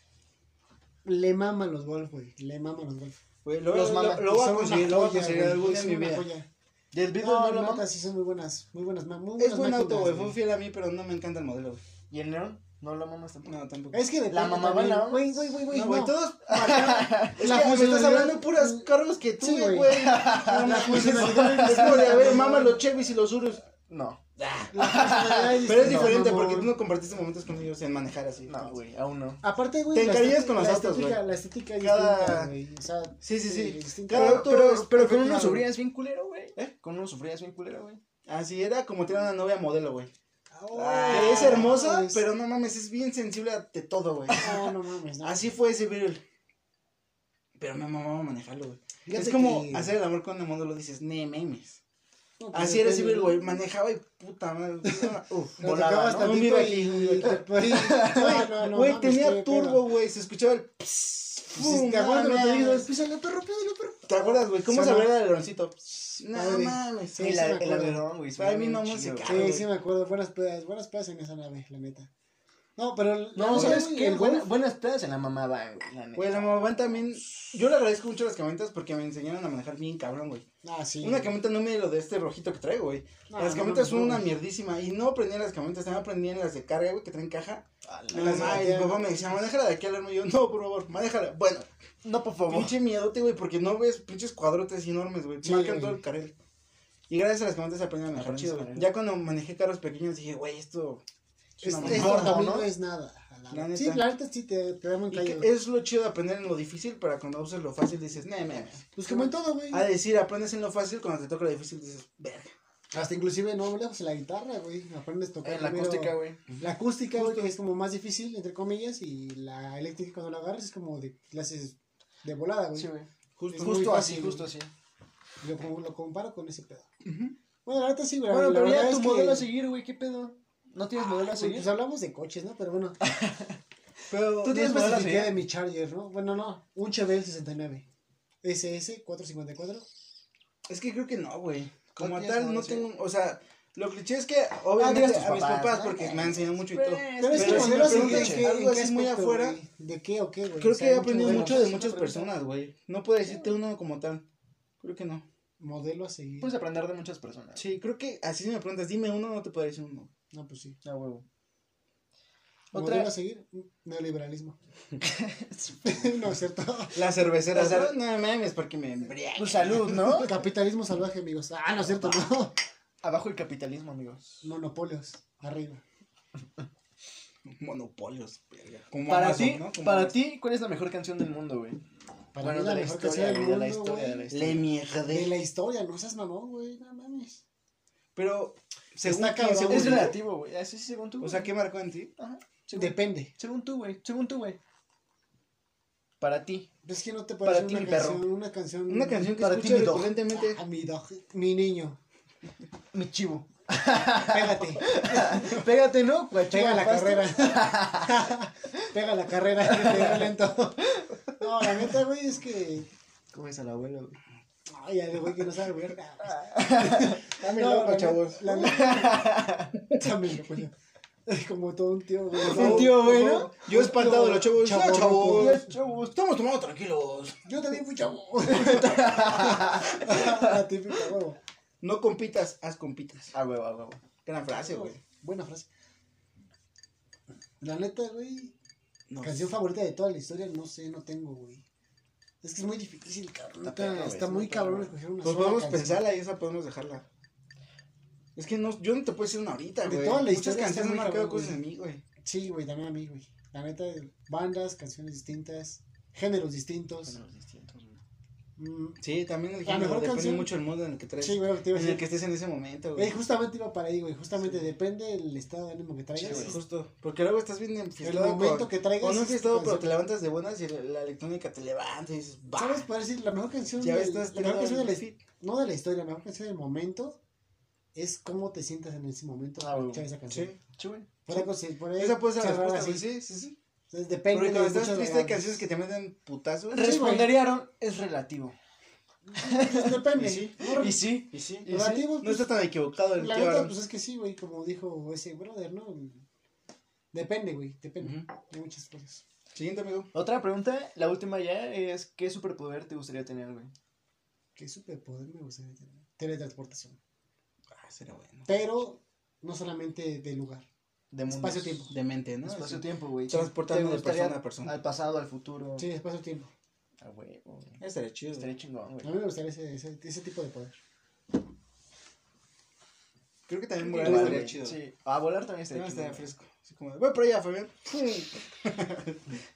S4: Le maman los golf, güey. Le maman los golf.
S2: Güey, lo-
S3: Los
S2: lo-
S3: mama.
S2: Lo voy a
S4: Son una
S2: conseguir, lo voy a
S4: joya,
S2: conseguir
S4: güey,
S2: algún día en
S4: son
S2: mi
S4: una
S2: vida.
S4: joya.
S3: ¿Y el Beetle
S4: No,
S3: no,
S4: la
S3: lo
S4: neta
S3: mama?
S4: sí son muy buenas, muy buenas, ma- muy buenas
S2: Es buen auto,
S4: máquinas,
S2: güey. Fue fiel a mí, pero no me encanta el modelo. güey.
S3: ¿Y el Neon? No lo mamas tampoco.
S2: No, tampoco.
S4: Es que depende
S3: mamá
S4: también,
S3: va la-
S4: Güey, güey, güey, güey,
S2: No, güey,
S4: no.
S2: todos. Es
S4: La
S2: que me estás
S4: funcionalidad-
S2: hablando de puras carros que
S4: Sí,
S2: tuve,
S4: güey.
S2: güey. No,
S4: La
S2: no, pues, Es
S4: funcionalidad-
S2: es como de, a ver, mama los Chevys y los Urus.
S3: No,
S4: La personalidad
S2: Pero es
S4: distinta,
S2: diferente
S4: mamón.
S2: porque tú no compartiste momentos con ellos en manejar así.
S3: no, güey, aún no.
S4: Aparte, güey.
S2: Te
S4: la
S2: encariñas
S4: estética-
S2: con los
S4: la
S2: autos,
S4: estética-
S2: güey.
S4: La estética es
S2: Cada-
S4: distinta, güey. O sea,
S2: Sí, sí, sí.
S4: distinta.
S2: Cada
S3: Pero,
S2: auto es
S3: pero, pero con
S2: perfecto,
S3: uno
S2: güey.
S3: sufrías bien culero, güey.
S2: ¿Eh?
S3: Con uno sufrías bien culero, güey.
S2: Así Ah, era como tener una novia modelo, güey.
S4: Ah,
S2: Que es hermosa,
S4: es-
S2: pero no mames, es bien sensible a de todo, güey.
S4: No, no mames. no.
S2: Así fue ese viril. Pero me mamaba manejarlo, güey.
S4: Fíjate
S2: es como
S4: que-
S2: hacer el amor con el mundo, lo dices, ne memes.
S4: No, pues,
S2: Así era ese
S4: depende,
S2: viril, güey.
S4: ¿no?
S2: Manejaba y puta madre. Uf,
S4: Lo
S2: volaba,
S4: tocabas
S2: ¿no?
S4: tantito
S2: Un vive
S4: y-
S2: aquí, un vive aquí.
S4: Güey,
S2: Güey,
S4: no, no,
S2: güey,
S4: mames, qué
S2: tenía
S4: pedo.
S2: turbo, güey. Se escuchaba el. pss,
S4: Pues,
S2: pum,
S4: ¿Te acuerdas
S2: no
S4: lo que te digo? "Pues,
S2: mames.
S4: Písale, perro, písale, perro.
S2: ¿Te acuerdas, güey? ¿Cómo se
S4: Sonó.
S2: abría el aleroncito? Pss, No
S4: Padre.
S2: mames.
S4: Sí,
S3: Y
S4: sí
S3: la-
S4: me
S3: el
S4: acuerdo.
S3: alerón, güey.
S2: Para mí
S3: suena
S2: no
S3: bien
S2: música.
S3: chido,
S4: Sí,
S2: Ah, güey.
S4: sí me acuerdo, buenas pedas, buenas pedas en esa nave, la neta. No, pero la
S3: No,
S4: neta,
S3: ¿sabes
S4: güey,
S3: qué?
S4: el
S3: Buena-
S4: golf,
S3: buenas pedas en la mamá van, güey. la neta.
S2: Güey, la mamá también. Yo le agradezco mucho a las camionetas porque me enseñaron a manejar bien cabrón, güey.
S4: Ah, sí.
S2: Una camioneta no me lo de este rojito que traigo, güey.
S4: No,
S2: las
S4: no
S2: camionetas
S4: mames,
S2: son
S4: no,
S2: una
S4: güey.
S2: mierdísima. Y no aprendí en las camionetas, también aprendí en las de carga, güey, que traen caja.
S3: A la-
S2: Mi mamá y
S4: ya.
S2: mi papá me decían, manéjala de aquí al arma. Y yo, no, por favor, manéjala. Bueno,
S3: No, por favor.
S2: pinche miedote, güey, porque no ves pinches cuadrotes enormes, güey.
S4: Sí,
S2: Marcan
S4: güey.
S2: todo el carril. Y gracias a las camionetas aprendí a manejar
S3: Aprendí
S2: chido,
S3: a
S2: güey.
S3: manejar.
S2: Ya cuando manejé carros pequeños dije, güey, esto. Es,
S4: Es,
S2: una
S4: es
S2: mamada".
S3: gordo,
S4: también
S3: ¿no?
S4: no Este, es nada. a la-
S2: La neta.
S4: sí, la neta sí te, te da un
S2: Y que
S4: callo.
S2: es lo chido de aprender en lo difícil para cuando uses lo fácil dices, nee, me.
S4: Pues como en todo, güey.
S2: A decir, aprendes en lo fácil, cuando te toca lo difícil dices, verga.
S4: Hasta inclusive no lejos la guitarra, güey. Aprendes a tocar.
S3: En la
S4: primero-
S3: acústica, güey.
S4: La acústica, güey, que es como más difícil, entre comillas, y la eléctrica cuando la agarras es como de clases de volada, güey.
S3: Sí, güey.
S2: Justo.
S4: Es muy
S3: Justo así,
S4: fácil,
S3: justo
S4: güey.
S3: así.
S4: Lo, com- lo comparo con ese pedo.
S2: Ujú.
S4: Bueno, la neta sí, güey.
S3: Bueno,
S4: la
S3: pero
S4: verdad
S3: ya
S4: es
S3: tu
S4: que-
S3: modelo a seguir, güey, ¿qué pedo? ¿No tienes modelo a
S4: Pues,
S3: seguir?
S4: pues hablamos de coches, ¿no? Pero bueno,
S2: Pero.
S3: Tú
S4: no
S3: tienes modelo a
S4: especifiqué de
S3: seguir.
S4: mi Charger, ¿no? Bueno, no, un Chevelle 69. SS 454.
S2: Es que creo que no, güey. Como
S3: No tienes
S2: tal,
S3: nada,
S2: no
S3: sí.
S2: tengo. O sea, lo cliché es que, obviamente,
S3: digas tus
S2: a mis
S3: papás,
S2: papás,
S3: ¿no?
S2: porque me han enseñado mucho y todo.
S4: Pero es que
S2: Pero si
S4: modelo
S2: me
S4: a seguir
S2: preguntas que
S4: en qué,
S2: algo
S4: en qué
S2: así muy
S4: aspecto,
S2: afuera,
S4: güey? ¿De qué o qué, güey?
S2: Creo
S4: O sea,
S2: que he
S3: pues,
S4: mucho
S2: aprendido
S4: modelo.
S2: mucho de
S4: Es una
S2: muchas
S4: pregunta.
S2: personas, güey. No puedo decirte uno como tal. Creo que no.
S4: Modelo a seguir.
S2: Pues,
S3: Puedes aprender de muchas personas.
S2: Sí, creo que así si me preguntas, dime uno, no te puedo decir uno.
S4: No, pues sí.
S3: A huevo.
S4: Modelo
S3: Otra.
S4: a seguir, neoliberalismo. no, es cierto.
S2: La cervecera.
S3: La cer-
S2: ¿sabes? No mames, porque me embriaga.
S3: Pues salud, ¿no?
S4: Capitalismo salvaje, amigos. Ah, no es cierto, no.
S3: Abajo el capitalismo, amigos.
S4: Monopolios, arriba.
S2: Monopolios, verga. Como
S3: Para
S2: Amazon,
S3: ti,
S2: ¿no? Como este,
S3: para
S2: Amazon.
S3: ti, ¿cuál es la mejor canción del mundo, güey?
S4: Para
S3: Bueno,
S4: mí
S3: de la
S4: mejor
S3: historia,
S4: canción
S3: güey,
S4: del
S3: de la
S4: mundo,
S3: historia, de la
S4: güey.
S3: historia.
S2: Le mierdé.
S4: De la historia, no seas mamón, güey, no mames.
S2: Pero, según
S4: Está
S2: ti,
S4: cabrón.
S2: según
S3: Es
S2: ti,
S3: relativo, güey. Así sí, según tú.
S2: O
S3: güey.
S2: sea, ¿qué marcó en ti?
S3: Ajá. Según,
S4: Depende.
S3: según tú, güey. Según tú, güey. Para ti.
S4: Es que no te
S3: Para
S4: parece
S3: ti,
S4: una
S3: mi perro.
S4: canción, una canción.
S2: Una canción que
S3: Para ti,
S2: escucho
S3: mi dog.
S2: recurrentemente.
S4: A mi dog, mi niño.
S3: Mi chivo.
S4: Pégate.
S3: Pégate, ¿no? Guachivo,
S4: Pega la
S3: pasto.
S4: carrera. Pega la carrera. Pega lento. No, la neta, güey, es que.
S3: ¿Cómo es al abuelo, güey?
S4: Ay, al güey que no sabe, güey. Dame
S3: No, la neta-
S4: La neta- Dame loco, ya. Es como todo un tío, güey.
S3: Un tío, güey, ¿no?
S2: Yo he espantado a los chavos.
S4: Chavo,
S2: no, chavos.
S4: ruco.
S3: Chavos.
S2: Estamos tomando tranquilos.
S4: Yo también fui chavo. La típica, güey.
S2: No compitas, haz compitas.
S3: A huevo, a huevo.
S2: Gran frase, güey.
S4: Buena frase. La neta, güey.
S2: No.
S4: Canción favorita de toda la historia, no sé, no tengo, güey. Es que es muy difícil, cabrón.
S3: Está perro,
S4: Está,
S3: güey,
S4: está
S3: está
S4: muy
S3: muy perro,
S4: cabrón
S3: güey.
S4: escoger una
S2: Pues
S4: sola
S2: podemos
S4: canción.
S2: pensarla y esa podemos dejarla. Es que no, yo no te puedo decir una ahorita,
S4: De
S2: güey.
S4: toda la
S2: Muchas
S4: historia está
S2: canciones han
S4: muy
S2: marcado
S4: cabrón,
S2: cosas en
S4: güey.
S2: mí, güey.
S4: Sí, güey, también a mí, güey. La neta, bandas, canciones distintas, géneros distintos.
S3: Géneros distintos, güey.
S4: Mm,
S2: Sí, también el
S4: La
S2: género
S4: mejor
S2: depende
S4: canción.
S2: mucho del modo en el que traes.
S4: Sí, güey, te iba a
S2: en el
S4: decir.
S2: que estés en ese momento,
S4: Güey,
S2: güey.
S4: justamente iba para ahí, güey. Justamente depende del estado de ánimo que
S2: Sí,
S4: traigas.
S2: güey, justo. Porque luego estás bien
S4: el
S2: enfiestado.
S4: momento
S2: con-
S4: que traigas.
S2: O
S4: pues,
S2: no
S4: es tu
S2: enfiestado, pero te
S4: canción.
S2: levantas de buenas y la, la electrónica te levanta y dices, "Bah".
S4: ¿Sabes? Para decir, la mejor canción.
S2: Ya
S4: del-
S2: ves, estás
S4: la mejor
S2: tirado
S4: canción de
S2: en
S4: la
S2: el
S4: his-
S2: fit.
S4: No de la historia, la mejor canción del momento es cómo te sientas en ese momento.
S3: Ah,
S4: al
S3: güey.
S4: escuchar esa canción.
S2: Sí.
S3: Sí, güey.
S4: Por algo, sí, por ahí
S2: Esa puede ser la
S4: cerrar
S2: respuesta,
S4: así.
S2: güey. Sí, sí, sí.
S4: Entonces,
S2: Porque
S4: depende
S2: cuando
S4: de
S2: estás
S4: muchas
S2: triste hay
S4: variables.
S2: canciones que te meten putazos.
S4: güey.
S3: Responderíaron, es relativo.
S4: Pues depende.
S2: Y sí.
S4: No,
S3: Y sí.
S2: Y sí.
S3: y
S4: relativo, pues,
S2: No está tan equivocado el
S4: La
S2: tío
S4: neta,
S2: Aaron.
S4: pues es que sí, güey, como dijo ese brother, ¿no? Depende, güey, depende
S2: Ujú.
S4: de muchas cosas.
S2: Siguiente, amigo.
S3: Otra pregunta, la última ya, es ¿qué superpoder te gustaría tener, güey?
S4: Qué superpoder me gustaría tener. Teletransportación.
S2: Ah, será bueno.
S4: Pero no solamente de lugar.
S3: De mundos.
S4: Espacio-tiempo.
S2: De mente, ¿no?
S3: Espacio-tiempo, güey.
S2: Transportarme
S3: ¿Te
S2: de
S3: gustaría
S2: persona a persona.
S3: Al pasado, al futuro.
S4: Sí, espacio-tiempo.
S3: A huevo, güey.
S2: Así. Estaría chido.
S3: Estaría chingón,
S4: A
S3: güey.
S4: mí me gustaría ese, ese, ese tipo de poder.
S2: Creo que también
S3: Igual,
S2: volar estaría
S3: güey,
S2: chido. Sí.
S3: Sí. A volar también estaría
S2: Estaría,
S3: chingón. güey.
S2: fresco. Así como, voy para allá, Fabián. ¿Quieres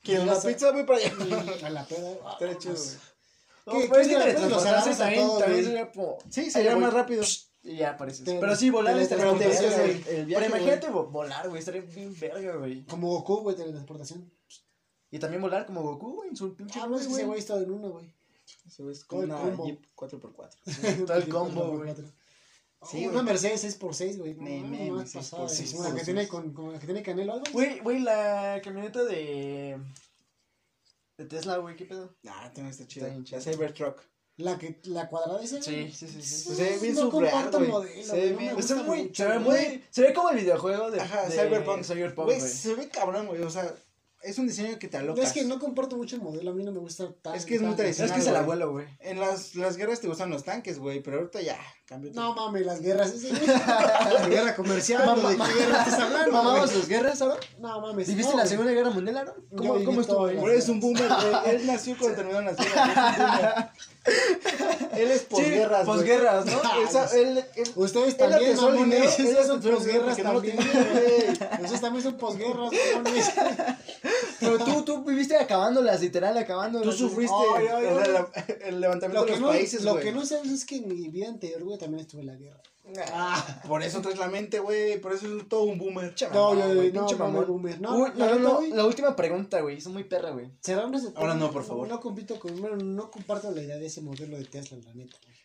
S4: Y
S2: una
S4: vas a-
S2: pizza? Voy para allá.
S4: Y a la peda.
S2: Estaría chido.
S4: vamos.
S2: güey.
S3: No,
S4: ¿Qué-
S3: pero
S4: qué
S3: es que
S4: te-
S3: teletransportarse
S4: los agarras a
S3: también,
S4: todos,
S3: también
S4: güey?
S3: sería como...
S2: Sí,
S3: Ahí
S2: sería
S3: voy.
S2: más rápido.
S3: Y ya apareces.
S4: Te-
S3: Pero sí, volar
S4: te-
S3: estaría
S4: te-
S3: bien
S4: te-
S3: verga,
S4: te-
S3: güey.
S2: el- el viaje,
S3: Pero imagínate vo- volar, güey. Estaría bien verga, güey.
S4: Como Goku, güey, teletransportación.
S3: Y también volar como Goku, güey. En su pinche
S4: Ah, no, es que
S3: güey.
S4: ese güey está en uno, güey.
S2: Se ve como
S4: Todo el
S2: una
S4: combo.
S2: Jeep 4x4.
S3: Todo el combo, güey.
S4: Sí,
S2: Sí,
S4: una
S2: güey.
S4: Mercedes 6x6, güey. No,
S2: Ni
S4: no,
S2: memes,
S4: no, es pasada,
S2: 6x6.
S4: güey. Como la que tiene con- Como la que tiene Canelo Álvarez.
S3: Güey, güey, la camioneta de. de Tesla, güey, ¿qué pedo?
S2: Ah, también está
S3: Está
S2: chido.
S3: bien
S2: Ya
S3: chido.
S2: Cybertruck.
S4: La que la cuadrada esa.
S3: Sí, sí, sí, sí.
S2: Pues se ve bien
S4: No
S2: surreal,
S4: comparto
S2: güey.
S4: modelo,
S2: Se
S4: güey,
S2: ve
S4: no me
S2: bien-
S4: gusta
S3: Está muy,
S4: mucho,
S3: se ve
S4: güey.
S3: muy. Se ve como el videojuego de.
S2: Ajá,
S3: de
S2: Cyberpunk.
S3: Cyberpunk,
S2: Güey,
S3: güey.
S2: se ve cabrón, güey. O sea, es un diseño que te
S4: No,
S2: aloca.
S4: Es que no comparto mucho el modelo, a mí no me gusta tan.
S2: Es que es muy
S4: tan-
S2: tradicional.
S3: Es que es el
S2: güey.
S3: abuelo, güey.
S2: En las, las guerras te gustan los tanques, güey, pero ahorita ya, cambió.
S4: No
S2: todo.
S4: mames, las guerras. ese, güey. La guerra comercial, ¿o ¿de qué guerra estás hablando?
S3: ¿Mamabas
S4: güey?
S3: las guerras, Aaron?
S4: No mames.
S3: ¿Viviste
S4: no,
S3: la
S4: güey.
S3: Segunda Guerra Mundial, Aaron?
S4: Yo
S3: ¿Cómo,
S4: viví
S3: cómo estuvo?
S4: todas
S3: güey?
S4: las-
S2: Güey, es un boomer, güey. Él nació cuando terminaron las guerras. Él es posguerras,
S3: Sí,
S2: güey.
S3: posguerras, ¿no?
S2: Ah, Esa- él, él,
S4: Ustedes
S2: él
S4: también,
S2: atesó el dinero.
S4: mamones.
S2: Él
S4: Ustedes son posguerras
S2: no lo
S4: también.
S2: tenía, güey.
S4: Ustedes también son posguerras, mamones.
S3: Pero tú, tú viviste acabándolas, literal, acabándolas.
S2: Tú sufriste
S4: Ay, ay,
S2: el,
S4: ay.
S2: el levantamiento de
S4: Lo que,
S2: los
S4: no,
S2: países,
S4: lo
S2: güey.
S4: que no sabes es que en mi vida anterior, güey, también estuve en la guerra.
S3: Ah,
S2: Por eso traes la mente, güey. Por eso es todo un boomer.
S4: No,
S3: mamón,
S4: yo,
S3: güey,
S4: no,
S3: pinche
S4: no,
S3: mamón.
S4: boomer. No,
S3: Uy,
S4: la
S3: no,
S4: neta,
S3: no,
S4: güey,
S3: la última pregunta, güey. Son muy perra, güey.
S4: será una secta,
S2: Ahora no,
S4: güey,
S2: por favor.
S4: No compito con, bueno, no comparto la idea de ese modelo de Tesla, la neta. güey.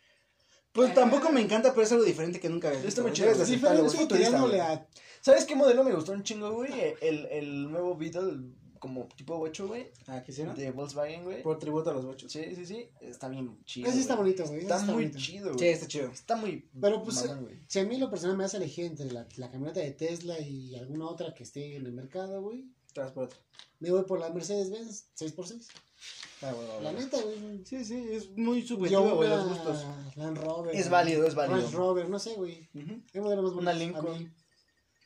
S2: Pues tampoco me encanta, pero es algo diferente que nunca había visto.
S3: Está muy
S2: güey.
S3: chido.
S2: Debes de
S3: Sí,
S2: aceptarlo,
S4: Diferente,
S2: güey.
S4: güey,
S2: Futurista,
S4: tirándole
S2: güey.
S4: a
S3: ¿Sabes qué modelo me gustó un chingo, güey? El, el nuevo Beetle, como tipo 8, güey.
S2: Ah, ¿quisieron?
S3: De Volkswagen, güey.
S2: Por tributo a los bochos. Sí,
S3: Sí, sí, sí. Está bien chido.
S4: Ese está
S3: güey.
S4: bonito, güey. ese
S3: Está, muy
S4: bonito.
S3: chido, güey.
S2: está chido.
S3: Está muy.
S4: Pero, pues,
S3: mamón, güey.
S4: Si a mí lo personal me hace elegir entre la, la camioneta de Tesla y alguna otra que esté en el mercado, güey,
S2: Tras por otra.
S4: me voy por la Mercedes-Benz 6x6.
S2: Ah, bueno,
S4: La
S2: bueno.
S4: neta, güey.
S2: Sí, sí, es muy
S4: Yo
S2: subjetivo, güey,
S4: una
S2: los gustos.
S4: Land Rover.
S3: Es
S4: güey,
S3: válido, es válido.
S4: Range Rover, no sé, güey.
S2: Ujú.
S4: Es modelo más
S3: Una
S4: bonito. a
S3: Lincoln.
S4: mí.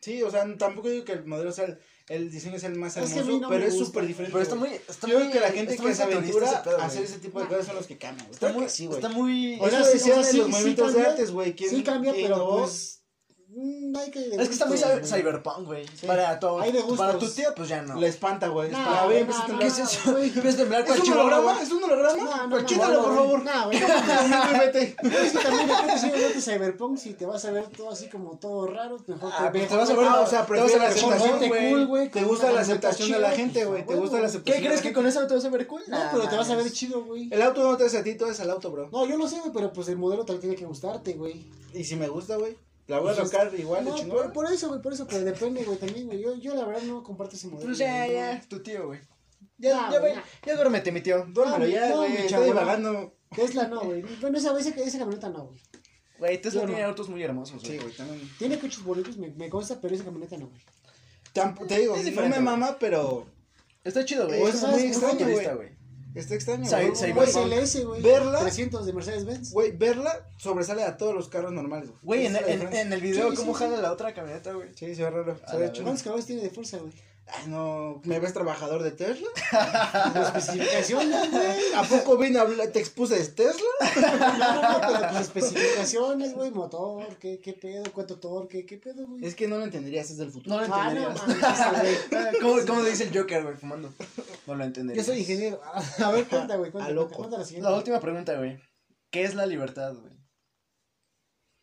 S2: Sí, o sea, tampoco digo que el modelo sea el, el diseño sea el más
S4: Es que a
S2: hermoso,
S4: mí no
S2: pero
S4: me
S2: es
S4: gusta.
S2: súper diferente.
S3: Pero está
S2: güey.
S3: muy. Está
S2: Yo
S3: muy
S2: creo que la gente
S3: está
S2: que
S3: muy
S2: se
S3: futurista
S2: aventura
S3: ese pedo,
S2: a
S3: güey.
S2: hacer ese tipo de cosas son los que caman, güey.
S3: Está
S2: Creo
S3: muy.
S2: que sí, güey.
S3: Está muy.
S4: O sea,
S2: Eso
S4: sí,
S2: decían
S4: o sea,
S2: en
S4: sí,
S2: los
S4: sí
S2: movimientos de
S4: cambia.
S2: artes, güey. ¿Quién
S4: Sí cambia,
S2: quién
S4: pero
S2: innovó?
S4: pues... mm, hay que
S3: Es que está muy cyber-
S4: gustos, güey.
S3: cyberpunk, güey. Para todo.
S4: Hay de
S3: Para tu
S4: gustos.
S3: tía, pues ya no.
S2: La espanta, güey.
S4: No,
S2: espanta. A ver, empieza a
S4: no, no,
S2: temblar.
S3: ¿Qué es eso?
S4: güey.
S3: Empieza a temblar cual
S2: ¿Es un
S3: chihuahua,
S2: holograma?
S3: güey.
S2: ¿Es un holograma?
S4: No, no,
S2: Pues
S4: no,
S2: quítalo,
S4: no,
S2: por
S4: güey.
S2: favor.
S4: No, güey.
S2: Vete.
S4: Es que también depende si uno de Cyberpunk, si te vas a ver todo así como todo raro, mejor
S3: Ah,
S4: ve
S3: pues te vas a ver,
S4: con
S2: Ah, o sea,
S3: te vas a
S2: prefiero
S3: la
S2: la
S3: aceptación,
S4: gente
S2: aceptación,
S3: güey.
S4: cool, güey.
S2: ¿Te
S4: con
S2: gusta
S4: una
S2: la
S4: camioneta
S2: aceptación de
S4: chida,
S2: la gente,
S4: pues,
S2: güey? ¿Te
S4: a
S2: gusta
S4: huevo.
S2: la
S3: ¿Qué
S2: aceptación? de
S3: crees
S2: la
S3: que
S2: gente?
S3: con eso no te vas a ver cool?
S4: No,
S3: Nah,
S4: pero te vas a ver
S3: mames.
S4: chido, güey.
S2: El auto no te hace a ti, todo es el auto, bro.
S4: No, yo lo sé, güey, pero pues el modelo también tiene que gustarte, güey.
S2: Y si me gusta, güey, la voy a
S4: Pues,
S2: tocar igual de
S4: No,
S2: chingón.
S4: por, por eso, güey, por eso, pero depende, güey, también, güey. Yo, yo la verdad no comparto ese modelo.
S3: Pues ya,
S4: güey,
S3: ya. Tu tío, güey. Ya,
S4: Nah,
S3: ya,
S4: güey,
S3: güey.
S4: nah.
S3: Ya duérmete, mi tío.
S2: Duérmelo
S4: No,
S2: ya,
S4: no,
S2: güey.
S4: mi
S2: Está
S4: chavo, no.
S2: divagando.
S4: no. Tesla no, güey. Bueno, esa, esa, esa camioneta no, güey.
S3: Güey, Tesla
S4: Yo no.
S3: tiene autos muy hermosos,
S2: Sí,
S3: güey.
S2: güey, también.
S4: Tiene coches bonitos, me, me consta, pero esa camioneta no, güey.
S2: Tampo- te digo,
S3: Es
S2: no
S3: diferente,
S2: me
S3: güey.
S2: mama, pero
S3: Está chido, güey.
S2: O
S3: Es
S2: es
S3: más
S2: muy extraño,
S3: futurista, güey.
S2: está extraño.
S3: Sai-
S2: güey.
S3: sai-
S2: Güey,
S4: Güey, SLS, güey.
S2: Verla-
S4: 300 de Mercedes-Benz.
S2: Güey, verla sobresale a todos los carros normales, güey.
S3: Güey, en,
S2: Esa es la
S3: en,
S2: diferencia.
S3: en el video,
S4: Sí,
S3: ¿cómo
S4: sí,
S3: jala la otra camioneta, güey?
S2: Sí, se ve raro.
S3: A
S2: Se
S3: la
S2: ve chulo.
S4: ¿Cuántos caballos tiene de fuerza, güey?
S2: Ay, no, ¿me ves trabajador de Tesla?
S4: Las especificaciones, güey.
S2: ¿A poco vine a hablar, te expuse de Tesla?
S4: No, no, pero las especificaciones, güey. Motor, ¿qué, qué pedo, cuánto torque, qué pedo, güey.
S2: Es que no lo entenderías, es del futuro.
S3: No lo
S4: Ah, no,
S3: entenderías. Ah,
S4: mames, güey.
S3: ¿Cómo, ¿Cómo le dice el Joker, güey, fumando? No lo entenderías.
S4: Yo soy ingeniero. A ver, cuenta, güey. Cuenta,
S2: A loco.
S4: cuenta, cuenta la siguiente.
S3: La última pregunta, güey. ¿Qué es la libertad, güey?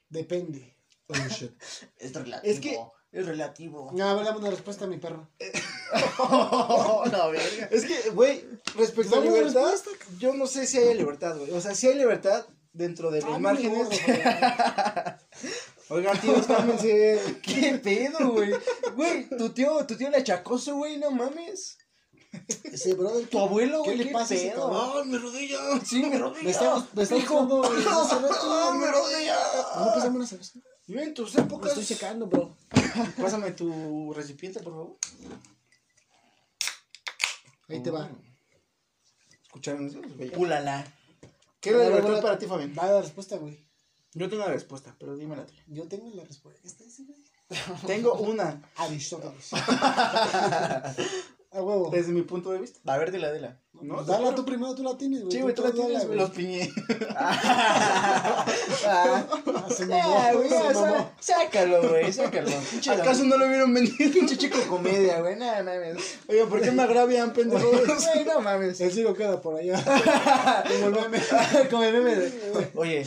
S4: Depende.
S2: Oh, shit.
S3: Es relativo.
S2: Es que-
S3: Es relativo.
S4: No, a ver, dame una respuesta a mi perro.
S3: no, verga.
S2: Es que, güey, respecto a
S4: Dame una
S2: libertad, yo no sé si hay libertad, güey. O sea, si hay libertad dentro de los
S4: Ah, no,
S2: márgenes.
S4: gordo, güey.
S2: Oigan, tíos, cálmense.
S3: ¿Qué pedo, güey? Güey, tu tío, tu tío le achacoso, güey, no mames.
S4: Ese brother,
S3: Tu abuelo,
S4: ¿Qué
S3: güey,
S4: le
S3: qué
S4: pasa a ese
S3: pedo?
S4: cabrón?
S2: ¡Ah, mi rodilla!
S3: Sí, me rodilla.
S4: Me está, me está
S3: Hijo.
S4: buscando. güey, hace rato,
S2: ¡Ah,
S4: güey.
S2: mi rodilla!
S4: No, pues dame una cerveza.
S2: Yo en tus
S4: Me
S2: épocas.
S4: estoy checando, bro.
S2: Pásame tu recipiente, por favor.
S4: Ahí te va.
S2: ¿Escucharon eso?
S3: Ulala.
S2: ¿Qué es la
S4: Dale,
S2: libertad
S4: dale.
S2: para ti, Fabián?
S4: Va la respuesta, güey.
S2: Yo tengo una respuesta, pero dime la tuya.
S4: Yo tengo la respuesta. ese, güey.
S2: Tengo una,
S4: Aristóteles. A huevo.
S2: desde mi punto de vista.
S3: A ver, dila, dila.
S2: ¿No?
S4: Dala tú primero, tú la tienes, güey.
S3: Sí, güey, tú la
S4: dala,
S3: tienes, güey.
S2: Los piñé.
S4: Ah, se mamó,
S3: Ah, güey,
S4: se
S3: sa-
S4: mamó.
S3: sácalo, güey, sácalo. Pinche
S2: ¿Acaso no lo vieron venir?
S3: pinche chico comedia, güey? No mames.
S2: Oiga, ¿por qué me agravian, pendejos?
S3: Güey, no mames.
S4: El cielo queda por allá. Como el meme.
S3: Como el meme de- Oye,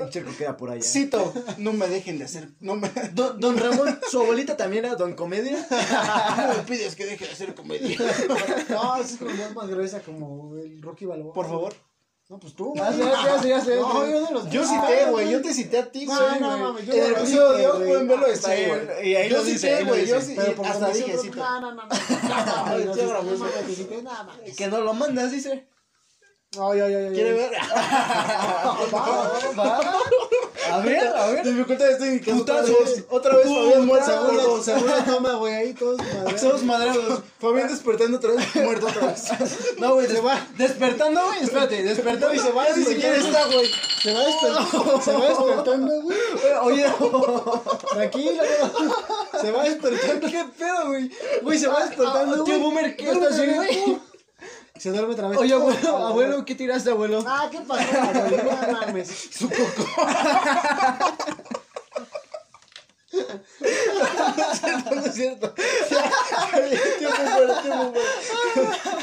S3: el chico queda por allá.
S2: Cito, no me dejen de hacer. No me,
S3: Don, don Ramón, su abuelita también era don comedia.
S2: no me pides que deje de hacer comedia.
S4: No, esa es como más, más gruesa, como el Rocky Balboa.
S2: Por favor.
S4: No, pues tú.
S3: Hazle,
S4: güey.
S3: hazle, hazle, hazle,
S4: No,
S3: hazle.
S4: yo no los
S2: Yo cité, güey. Yo te cité a ti,
S4: No,
S2: güey.
S4: no,
S2: güey.
S4: mames, yo
S2: En
S3: Eh,
S4: no
S2: el
S4: lo
S2: episodio de
S4: cité,
S2: hoy
S4: güey.
S2: pueden verlo de
S3: Está bien, y ahí
S2: yo
S3: lo dice, ahí
S2: cité,
S3: lo
S2: güey. Yo
S3: dice.
S2: sí,
S4: Pero por
S2: hasta
S4: condición
S2: dije,
S4: propia-
S2: cito.
S4: No, no, no. No,
S2: Ay,
S4: no,
S2: tío,
S4: no,
S2: gracioso.
S4: no, no, te cité, nada más.
S3: Que no lo mandas, dice.
S4: Ay, ay, ay, ay,
S2: ¿Quiere
S4: ay.
S2: ver?
S3: Va, Oh, va. A ver, a ver.
S2: Dificultades técnicas.
S3: Putazos.
S2: Otra vez,
S3: Putazos.
S2: Fabián muerto.
S4: Segunda-
S2: gordo, se-
S4: segunda toma, güey, ahí todos madreados.
S3: Somos madrados.
S2: Fabián despertando otra vez, muerto otra vez.
S3: No, güey, des- despertando, güey. Espérate, despertando y se va.
S2: Ya ni siquiera está, güey.
S4: Se va despertando, se va despertando, güey.
S3: Oye,
S4: Tranquilo, güey. Se va despertando.
S3: ¿qué pedo, güey? Güey, se va despertando.
S4: Ah,
S3: tío
S4: güey.
S3: Boomer, ¿qué
S4: No,
S3: estás
S4: no,
S3: haciendo,
S4: no,
S3: güey?
S4: Se duerme otra vez.
S3: Oye, abuelo, abuelo, ¿qué tiraste, abuelo?
S4: Ah, ¿qué pasó, güey? No mames.
S2: Su coco. No es cierto. Tiempo fuera, tiempo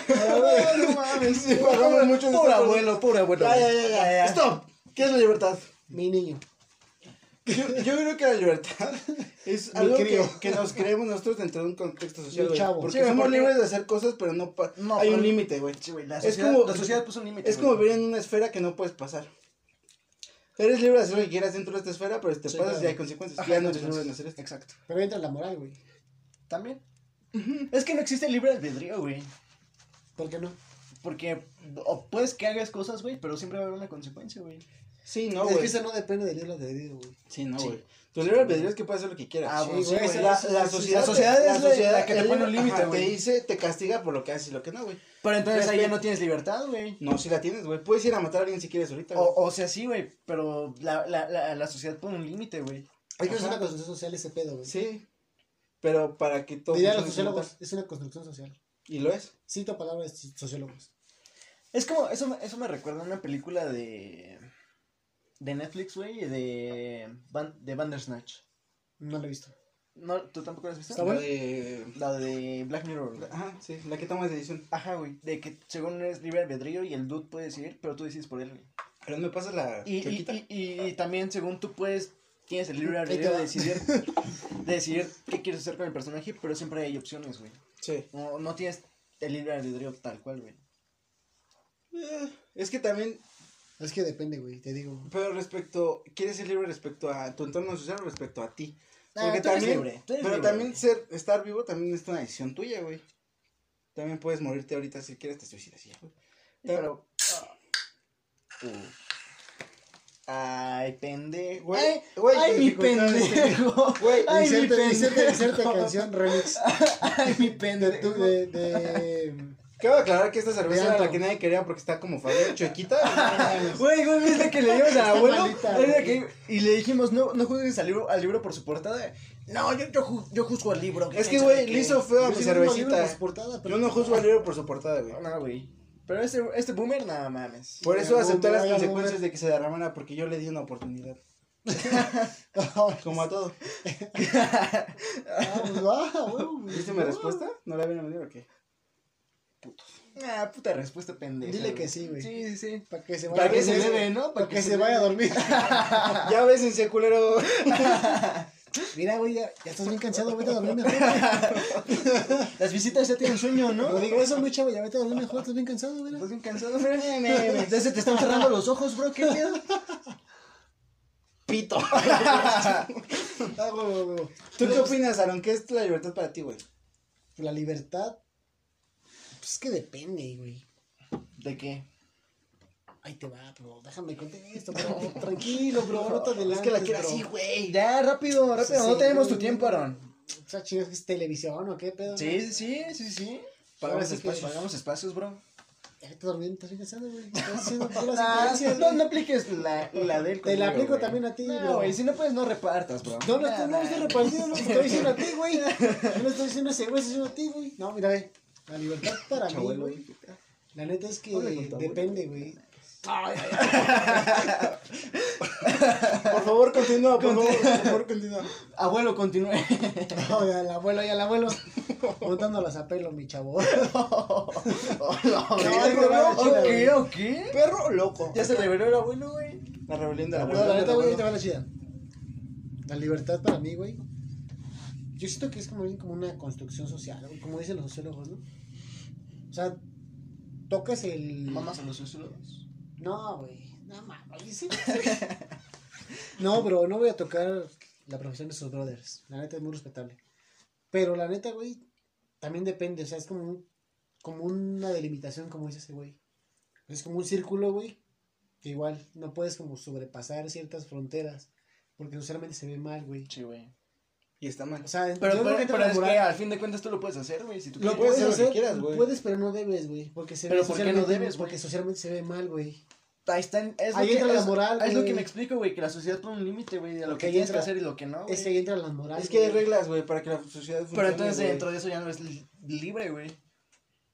S2: fuera.
S3: No mames,
S2: Sí, bajamos mucho de
S3: Pobre
S2: esta-
S3: abuelo, pobre abuelo.
S2: Ya, ya, ya, ya. Stop. ¿Qué es la libertad?
S4: Mi niño.
S2: Yo, yo creo que la libertad es
S4: Mi
S2: algo que,
S4: crío.
S2: que nos creemos nosotros dentro de un contexto social.
S4: Mi
S2: güey.
S4: chavo.
S2: Porque
S3: Sí,
S2: somos
S3: porque-
S2: libres de hacer cosas, pero no, pa-
S3: No,
S2: hay
S3: pero-
S2: un límite, güey.
S3: Sí, güey, la
S2: Es
S3: sociedad,
S2: como-
S3: la sociedad puso un límite.
S2: Es
S3: güey.
S2: como vivir en una esfera que no puedes pasar. Eres libre de hacer lo que quieras dentro de esta esfera, pero si te
S4: Sí,
S2: pasas
S4: claro.
S2: ya hay consecuencias.
S3: Ajá,
S2: ya no eres
S3: entonces,
S2: libre de hacer esto.
S3: Exacto.
S4: Pero entra la moral, güey.
S3: También. Es que no existe libre albedrío, güey.
S4: ¿Por qué no?
S3: Porque o puedes que hagas cosas, güey, pero siempre va a haber una consecuencia, güey.
S2: Sí, no,
S4: es que
S2: güey.
S4: eso no depende del libro de debido, güey.
S2: Sí, no,
S3: Sí.
S2: güey. Tu libre albedrío es que puedes hacer lo que quieras.
S3: Ah,
S4: Sí,
S3: bueno, sí,
S4: güey,
S3: güey.
S4: esa-
S2: La,
S4: sí,
S2: la
S4: sí, sí.
S2: sociedad,
S3: La sociedad es la-
S2: sociedad-
S3: la que te
S2: el-
S3: pone un límite,
S2: ajá,
S3: güey.
S2: Te dice, te castiga por lo que haces y lo que no, güey.
S3: Pero entonces
S2: Pero
S3: ahí
S2: es
S3: ya
S2: que-
S3: no tienes libertad, güey.
S2: No, si la tienes, güey. Puedes ir a matar a alguien si quieres ahorita. güey.
S3: O, o sea, sí, güey, pero la, la, la, la sociedad pone un límite, güey.
S4: Hay que es
S2: Ajá.
S4: una construcción social ese pedo, güey.
S2: Sí. Pero para que todo.
S4: Diría los
S2: funcione,
S4: sociólogos, es una construcción social.
S2: Y lo es.
S4: Cito palabras de sociólogos.
S3: Es como, eso, me- eso me recuerda a una película de, de Netflix, güey, de, Van- de Bandersnatch.
S4: No lo he visto.
S3: No, ¿Tú tampoco la has visto?
S4: Está bueno.
S2: La de-
S3: La de Black Mirror, güey.
S2: Ajá, sí. La que tomas de edición.
S3: Ajá, güey, de que según eres libre albedrío y el dude puede decidir, pero tú decides por él, güey.
S2: Pero no me pasas la.
S3: Y, y,
S2: chuequita?
S3: y- y también según tú puedes, tienes el libre albedrío
S4: te
S3: de
S4: va.
S3: decidir, de decidir qué quieres hacer con el personaje, pero siempre hay opciones, güey.
S2: Sí.
S3: No, no tienes el libre albedrío tal cual, güey.
S2: Eh, Es que también,
S4: Es que depende, güey, te digo.
S2: pero respecto, quieres ser libre respecto a tu entorno social o respecto a ti.
S3: Ah,
S2: Porque
S3: tú eres
S2: también-
S3: libre, tú eres
S2: Pero
S3: libre,
S2: también
S3: güey.
S2: ser, estar vivo también es una decisión tuya, güey. También puedes morirte ahorita si quieres te suicidas, ya, güey.
S3: Pero... Uh. Ay, pendejo.
S2: Güey,
S3: Ay,
S2: güey,
S3: ay, mi
S4: dificultades,
S3: pendejo.
S2: Güey,
S3: Ay, mi
S4: Inserta, inserta, inserta
S3: pendejo.
S4: canción remix.
S3: Ay, mi
S4: De, tu-
S3: pendejo.
S4: de, de-
S2: Cabe aclarar que esta cerveza
S4: De
S2: era la
S4: alto.
S2: que nadie quería porque está como Fabián chuequita.
S3: Güey, güey, ¿viste que le dimos al
S4: Está
S3: abuelo?
S4: malita,
S3: Era
S4: güey.
S3: que- y le dijimos, no, no juzgues al libro, al libro por su portada. No, yo, yo, ju- yo juzgo al libro.
S2: es que,
S3: quién
S2: güey,
S3: sabe qué.
S2: le hizo feo a mi
S4: Yo siempre lo digo en
S2: cervecita.
S4: las portadas, pero-
S2: Yo no juzgo al libro por su portada, güey.
S3: No, güey. Pero este, este boomer, nada mames.
S2: Por
S4: Ya,
S2: eso
S4: no,
S2: acepté
S4: me
S2: las
S4: vaya, no,
S2: consecuencias
S4: güey.
S2: de que se derramara porque yo le di una oportunidad. Como a todo.
S4: Ah, pues, ah, uh, güey.
S2: ¿Viste mi respuesta? ¿No la vieron venir o qué?
S3: Ah, puta respuesta pendeja.
S4: Dile
S3: güey.
S4: que sí, güey.
S3: Sí, sí, sí.
S4: Para que se
S3: Para
S4: vaya,
S3: que se
S4: dormir.
S3: debe, ¿no?
S4: Para que se vaya a dormir.
S2: Ya ves, ese culero.
S4: Mira, güey, ya, ya estás bien cansado, vete a dormir mejor.
S3: Las visitas ya tienen sueño, ¿no? Pues,
S4: No digas eso, mi chavo, ya vete a dormir mejor, estás bien cansado, mira.
S3: ¿Estás bien cansado, bro? Entonces te están cerrando los ojos, bro. ¿Qué miedo?
S2: Pito.
S4: Ah, güey, güey, güey.
S2: ¿Tú qué opinas, Aaron? ¿Qué es la libertad para ti, güey?
S4: La libertad, pues es que depende, güey.
S3: ¿De qué?
S4: Ahí te va, bro, déjame contesto, bro. Tranquilo, bro, no te adelantes,
S2: Es que la quiero
S4: bro.
S2: así, güey.
S3: Ya, rápido, rápido.
S4: Sí,
S3: no tenemos
S4: güey.
S3: tu tiempo, Aaron.
S4: O sea, chingas que es televisión o qué pedo.
S3: Sí,
S4: no?
S3: sí, sí, sí, sí.
S4: Pagamos
S3: Pagamos espacios.
S4: espacios.
S3: Pagamos espacios, bro.
S4: Ya vete a dormir, estás bien cansado, güey. Estás haciendo puras incoherencias,
S3: Ah, No,
S4: güey.
S3: no apliques la, la del
S4: Te la
S3: conmigo,
S4: aplico
S3: güey.
S4: también a ti,
S3: No,
S4: bro.
S3: güey, si no puedes, no repartas, bro.
S4: No, no,
S3: Nah,
S4: estoy- no,
S3: nah.
S4: estoy repartiendo lo que estoy diciendo a ti, güey. Yo no estoy diciendo a ese güey, estoy diciendo a ti, güey. No, mira, ve. La libertad para mí,
S2: Chabuelo,
S4: güey. La neta es que
S2: Habla con tu abuelo.
S4: depende, güey.
S2: Por favor, continúa, por favor, por favor, continúa.
S3: Abuelo, continúe.
S4: Ay, al abuelo y al abuelo. Montándolas a pelo, mi chavo.
S2: ¿Qué?
S4: ahí te va la chida, güey.
S3: ok, ok.
S2: Perro loco.
S3: Ya se reveló el abuelo, güey.
S2: La rebelión de la
S4: No, la neta,
S2: abuela.
S4: güey, ahí te va la chida. La libertad para mí, güey. Yo siento que es como, como una construcción social, güey, como dicen los sociólogos, ¿no? O sea, tocas el.
S3: Mamas a los susurros.
S4: No, güey. No mames. sí. no, bro, no voy a tocar la profesión de sus brothers. La neta es muy respetable. Pero la neta, güey, también depende. O sea, es como, un- como una delimitación, como dice ese güey. Es como un círculo, güey. Que igual no puedes como sobrepasar ciertas fronteras. Porque usualmente se ve mal, güey.
S3: Sí, güey.
S2: Y está mal.
S4: O sea,
S3: Pero,
S4: yo creo
S3: pero,
S4: que te
S3: pero es
S4: enamora-
S3: que al fin de cuentas tú lo puedes hacer, güey. Si tú
S4: lo puedes
S3: quieres.
S2: hacer lo que
S4: hacer,
S2: quieras, güey.
S4: puedes, pero no debes, güey. Porque se
S3: Pero
S4: ve
S3: ¿por qué no
S4: socialmente-
S3: debes, güey?
S4: Porque socialmente se ve mal, güey.
S3: Ahí está. en- Es
S4: Ahí
S3: lo
S4: entra
S3: que,
S4: la
S3: es-
S4: moral,
S3: Es, lo que
S4: güey.
S3: me explico, güey. Que la sociedad pone un límite, güey, de lo
S4: Porque
S3: que
S4: ahí
S3: tienes que
S4: entra-
S3: hacer y lo que no. güey.
S4: Es que ahí entran las morales.
S2: Es que hay
S4: güey.
S2: reglas, güey, para que la sociedad funcione.
S3: Pero entonces
S2: güey.
S3: dentro de eso ya no es li- libre, güey.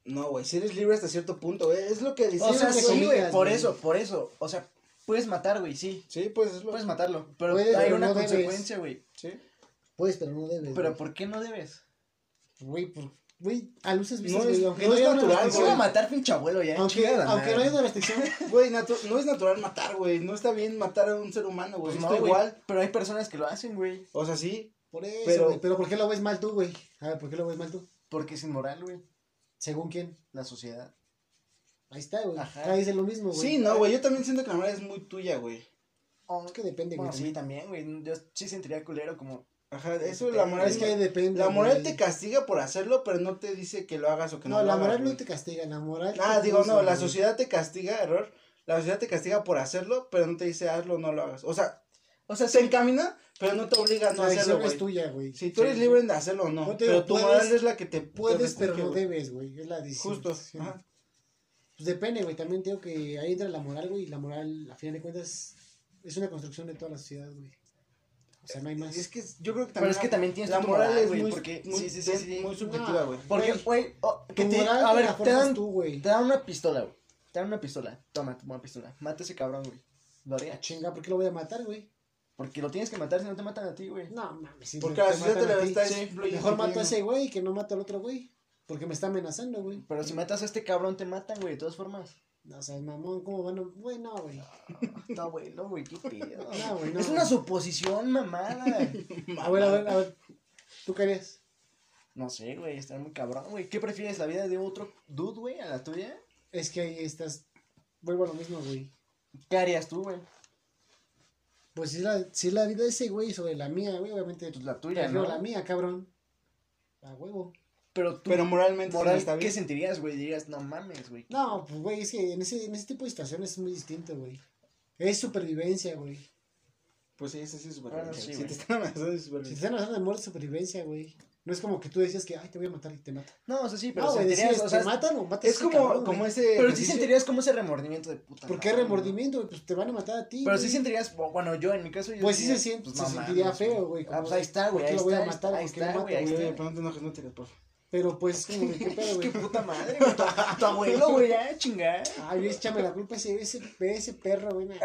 S2: No, güey, si eres libre hasta cierto punto, güey. Es lo que dice.
S3: O sea,
S4: entre
S3: sí, güey,
S4: comillas,
S3: por
S4: güey.
S3: eso, por eso. O sea, puedes matar, güey, sí.
S2: Sí, pues es lo.
S3: Puedes matarlo, pero
S4: Puedes,
S3: hay
S4: pero
S3: una
S4: no debes.
S3: consecuencia, güey.
S2: Sí.
S4: Puedes, pero no debes.
S3: Pero
S4: güey.
S3: ¿por qué no debes?
S4: Güey, por- güey, a luces vistas,
S2: No
S4: güey,
S2: es-
S4: aunque
S2: no es
S4: haya una
S2: natural,
S3: Se va a
S4: restricción,
S3: matar pinche abuelo ya.
S4: Aunque,
S3: chingada
S4: aunque no
S3: madre.
S4: haya una restricción,
S2: Güey, natu- no es natural matar, güey. No está bien matar a un ser humano, güey.
S3: Pues
S2: está
S3: no, güey,
S2: igual.
S3: Pero hay personas que lo hacen, güey.
S2: O sea, sí.
S4: por eso,
S2: Pero-
S4: pero, pero ¿por qué lo ves mal tú, güey? A ver, ¿por qué lo ves mal tú?
S3: Porque es inmoral, güey.
S4: ¿Según quién?
S3: La sociedad.
S4: Ahí está, güey.
S3: Ajá.
S4: Acá dicen lo mismo, güey.
S2: Sí, no, güey. Yo también siento que la moral es muy tuya, güey.
S4: Ah, Es que depende, güey.
S3: Bueno, sí,
S4: también.
S3: también, güey. Yo sí sentiría culero como.
S2: Ajá, eso la moral
S4: es
S2: es
S4: que ahí
S2: que.
S4: depende.
S2: La moral
S4: güey.
S2: te castiga por hacerlo, pero no te dice que lo hagas o que no,
S4: No,
S2: lo
S4: la
S2: hagas,
S4: moral
S2: güey.
S4: no te castiga, la moral.
S2: Ah,
S4: te
S2: digo, no,
S4: impulsa,
S2: la
S4: güey.
S2: sociedad te castiga, error. La sociedad te castiga por hacerlo, pero no te dice hazlo o no lo hagas. O sea,
S3: O sea,
S2: se encamina, pero no te obliga a no
S4: La
S2: hacerlo,
S4: decisión es
S2: güey.
S4: tuya, güey.
S2: Si tú eres
S4: Sí,
S2: libre
S4: sí.
S2: de hacerlo o no,
S4: No te digo,
S2: pero tu
S4: puedes-
S2: moral es la que te te
S4: Puedes, pero
S2: restringe,
S4: no
S2: güey.
S4: debes, güey. Es la decisión.
S2: Justo.
S4: Sí.
S2: Ajá.
S4: Pues depende, güey. También te digo que ahí entra la moral, güey. Y la moral, a final de cuentas, es una construcción de toda la sociedad, güey. O sea, no hay más.
S2: Es que yo creo que también.
S3: Pero es que
S2: la-
S3: también tienes
S2: la
S3: tu
S2: moral
S3: moral,
S2: es
S3: güey,
S2: muy,
S3: porque-
S2: muy,
S3: sí, sí, sí, sí.
S2: muy subjetiva,
S4: No.
S2: güey.
S3: Porque,
S4: Güey,
S3: güey. oh, que
S4: Tu
S3: te-
S4: moral
S3: a
S4: te
S3: ver,
S4: la
S3: te dan,
S4: formas tú, güey.
S3: te dan una pistola, güey. Te dan una pistola. Toma, toma una pistola. Mata a ese cabrón, güey. Lo haría.
S4: Chinga, ¿por qué lo voy a matar, güey?
S3: Porque lo tienes que matar si no te matan a ti, güey.
S4: No, mames. si
S2: Porque
S4: te
S2: la sociedad
S4: matan
S2: te
S4: a
S2: la
S4: ti,
S2: está
S3: sí.
S2: influyendo.
S4: Mejor mato a ese güey que no mato al otro güey. Porque me está amenazando, güey.
S3: Pero si matas a este cabrón, te matan, güey, de todas formas.
S4: No, o sea, mamón, ¿cómo van a.? Güey, no, güey.
S3: No, güey, no, güey, qué pedo.
S4: No, güey, no.
S3: Es una suposición mamada.
S4: A ver, a ver, a ver. ¿Tú qué harías?
S3: No sé, güey, está muy cabrón, güey. ¿Qué prefieres, la vida de otro dude, güey, a la tuya?
S4: Es que ahí estás. Vuelvo a lo mismo, güey.
S3: ¿Qué harías tú, güey?
S4: Pues si es la, si es la vida de ese güey sobre la mía, güey, obviamente.
S3: Pues la tuya,
S4: Prefiero
S3: ¿no?
S4: la mía, cabrón. A huevo.
S3: Pero tú,
S2: Pero moralmente
S3: moral,
S2: no está
S3: ¿qué
S2: bien.
S3: sentirías, güey? Dirías, no mames, güey.
S4: No, pues, güey, es que en ese, en ese tipo de situaciones es muy distinto, güey. Es supervivencia, güey.
S2: Pues sí, ese sí es
S3: Bueno,
S2: supervivencia.
S3: sí,
S2: si
S3: güey.
S2: te están amenazando es
S4: Si te
S2: supervivencia.
S4: están hablando de muerte, es supervivencia, güey. No es como que tú decías que, ay, te voy a matar y te mato.
S3: No, o sea, sí, pero
S4: No, güey,
S3: sentirías,
S4: decías,
S3: o sea,
S4: ¿te matan o
S2: Es
S4: matas a ese
S2: como,
S4: cabrón,
S2: como
S4: güey?
S2: ese.
S3: pero sí
S2: ejercicio-
S3: sentirías como ese remordimiento de puta.
S4: ¿Por qué
S3: madre,
S4: remordimiento, güey? Pues te van a matar a ti,
S3: güey? Pero sí
S4: güey.
S3: sentirías, bueno, yo en mi caso yo
S4: Pues sí
S3: diría,
S4: se siente-
S3: pues,
S4: se
S3: no
S4: sentiría
S3: mames,
S4: feo, güey,
S3: Ah,
S4: como
S3: pues
S4: de,
S3: ahí está, güey,
S4: ¿por qué
S3: ahí
S4: lo voy a
S3: está,
S4: matar?
S3: ahí
S4: ¿Por qué lo
S3: está,
S4: mato,
S3: güey, ahí
S2: Güey,
S3: está.
S2: güey, pero eh, no te enojes, no tires, por favor.
S4: Pero pues, como de qué pedo,
S3: Qué
S4: güey.
S3: puta madre, güey. Tu, tu abuelo, güey, ya, chingar.
S4: Ay, échame la culpa a ese, ese, ese perro, güey. no.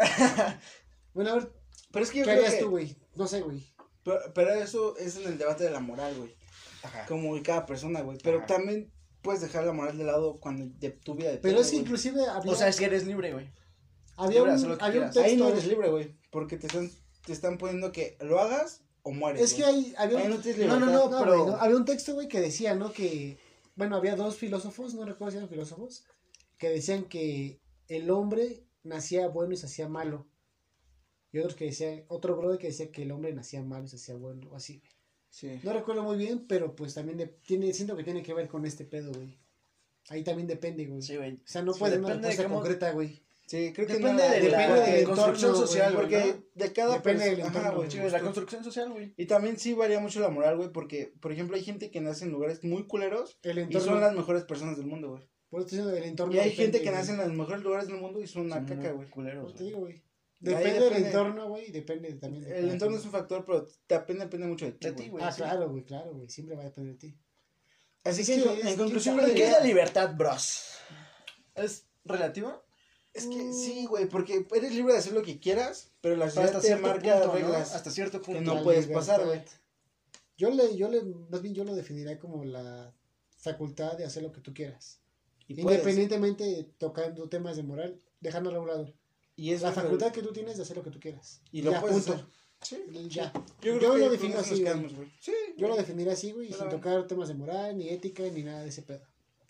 S4: Bueno, a ver,
S2: Pero es que yo
S4: ¿qué
S2: creo
S4: harías
S2: que-
S4: tú, güey? No sé, güey.
S2: Pero, pero eso es en el debate de la moral, güey.
S3: Ajá.
S2: Como de cada persona, güey. Pero
S3: Ajá.
S2: también puedes dejar la moral de lado cuando de tu vida depende.
S4: Pero es que
S2: güey.
S4: inclusive había,
S3: O sea, es que eres libre, güey.
S4: había
S3: ahora
S4: un,
S3: haz lo que
S4: había un
S3: quieras.
S4: texto.
S2: Ahí no eres libre, güey. Porque te están, te están poniendo que lo hagas o mueres.
S4: es que
S2: güey.
S4: ahí había
S2: Ahí
S4: un,
S2: no tienes
S4: no, no,
S2: libertad.
S4: no,
S3: No,
S4: pero
S3: güey, no.
S4: había un texto, güey, que decía, ¿no? Que, bueno, había dos filósofos, no recuerdo si eran filósofos, que decían que el hombre nacía bueno y se hacía malo. Y otros que decían, otro brother que decía que el hombre nacía malo y se hacía bueno, o así.
S2: Sí.
S4: No recuerdo muy bien, pero pues también de- tiene, siento que tiene que ver con este pedo, güey. Ahí también depende, güey.
S3: Sí, güey.
S4: O sea, no
S3: Sí,
S4: puede ser una
S3: depende de
S4: respuesta
S3: cómo-
S4: concreta, güey.
S2: Sí, creo que
S3: Depende
S2: nada,
S3: de la-
S2: depende
S4: del
S3: construcción
S4: entorno,
S3: social,
S4: güey,
S2: Porque
S4: ¿no?
S2: de cada
S4: Depende del
S2: persona-
S4: entorno,
S2: ajá, güey.
S3: Sí, güey, la construcción social, güey.
S2: Y también sí varía mucho la moral, güey, porque, por ejemplo, hay gente que nace en lugares muy culeros
S4: El
S2: y son
S4: entorno.
S2: las mejores personas del mundo, güey.
S4: Por eso estoy diciendo, el entorno.
S2: Y hay
S4: depende,
S2: gente que
S4: güey.
S2: nace en los mejores lugares del mundo y son una
S3: Son
S2: caca,
S3: muy
S2: güey.
S3: culeros,
S4: Por eso Pues te
S3: güey.
S4: digo, güey.
S2: De ahí
S4: Depende, del
S2: depende.
S4: entorno, güey, y depende también. de
S2: El
S4: cada
S2: entorno es
S4: quien.
S2: un factor, pero también depende mucho de ti,
S3: De ti,
S2: güey.
S3: güey.
S4: Ah,
S3: sí.
S4: claro, güey, claro, güey. Siempre va a depender de ti.
S2: Así que,
S4: Sí,
S2: en-
S4: es
S2: en
S4: que
S2: conclusión,
S4: cabrón,
S2: güey,
S3: ¿Qué es la
S2: diría-
S3: libertad, bros? ¿Es relativa?
S2: es
S4: Mm.
S2: que sí, güey, porque eres libre de hacer lo que quieras, pero la sociedad
S3: Hasta
S2: te
S4: este
S3: cierto
S2: marca
S3: punto, ¿no?
S2: reglas
S3: Hasta cierto
S2: que
S3: punto.
S2: no
S4: la
S2: puedes
S4: libertad.
S2: pasar, güey.
S4: Yo le, yo le, más bien yo lo definiría como la facultad de hacer lo que tú quieras.
S2: Y puedes.
S4: Independientemente tocando temas de moral, dejándolo a un lado.
S2: Y es
S4: la facultad que tú tienes de hacer lo que tú quieras.
S2: Y lo
S4: ya,
S2: puedes
S4: punto.
S2: hacer. Sí.
S4: Ya.
S2: Yo creo
S4: Yo lo
S2: que con
S4: defino
S2: eso nos
S4: así, güey.
S2: quedamos, güey. Sí.
S4: Yo lo definiría así, güey,
S2: Bueno,
S4: sin
S2: bueno.
S4: tocar temas de moral, ni ética, ni nada de ese pedo.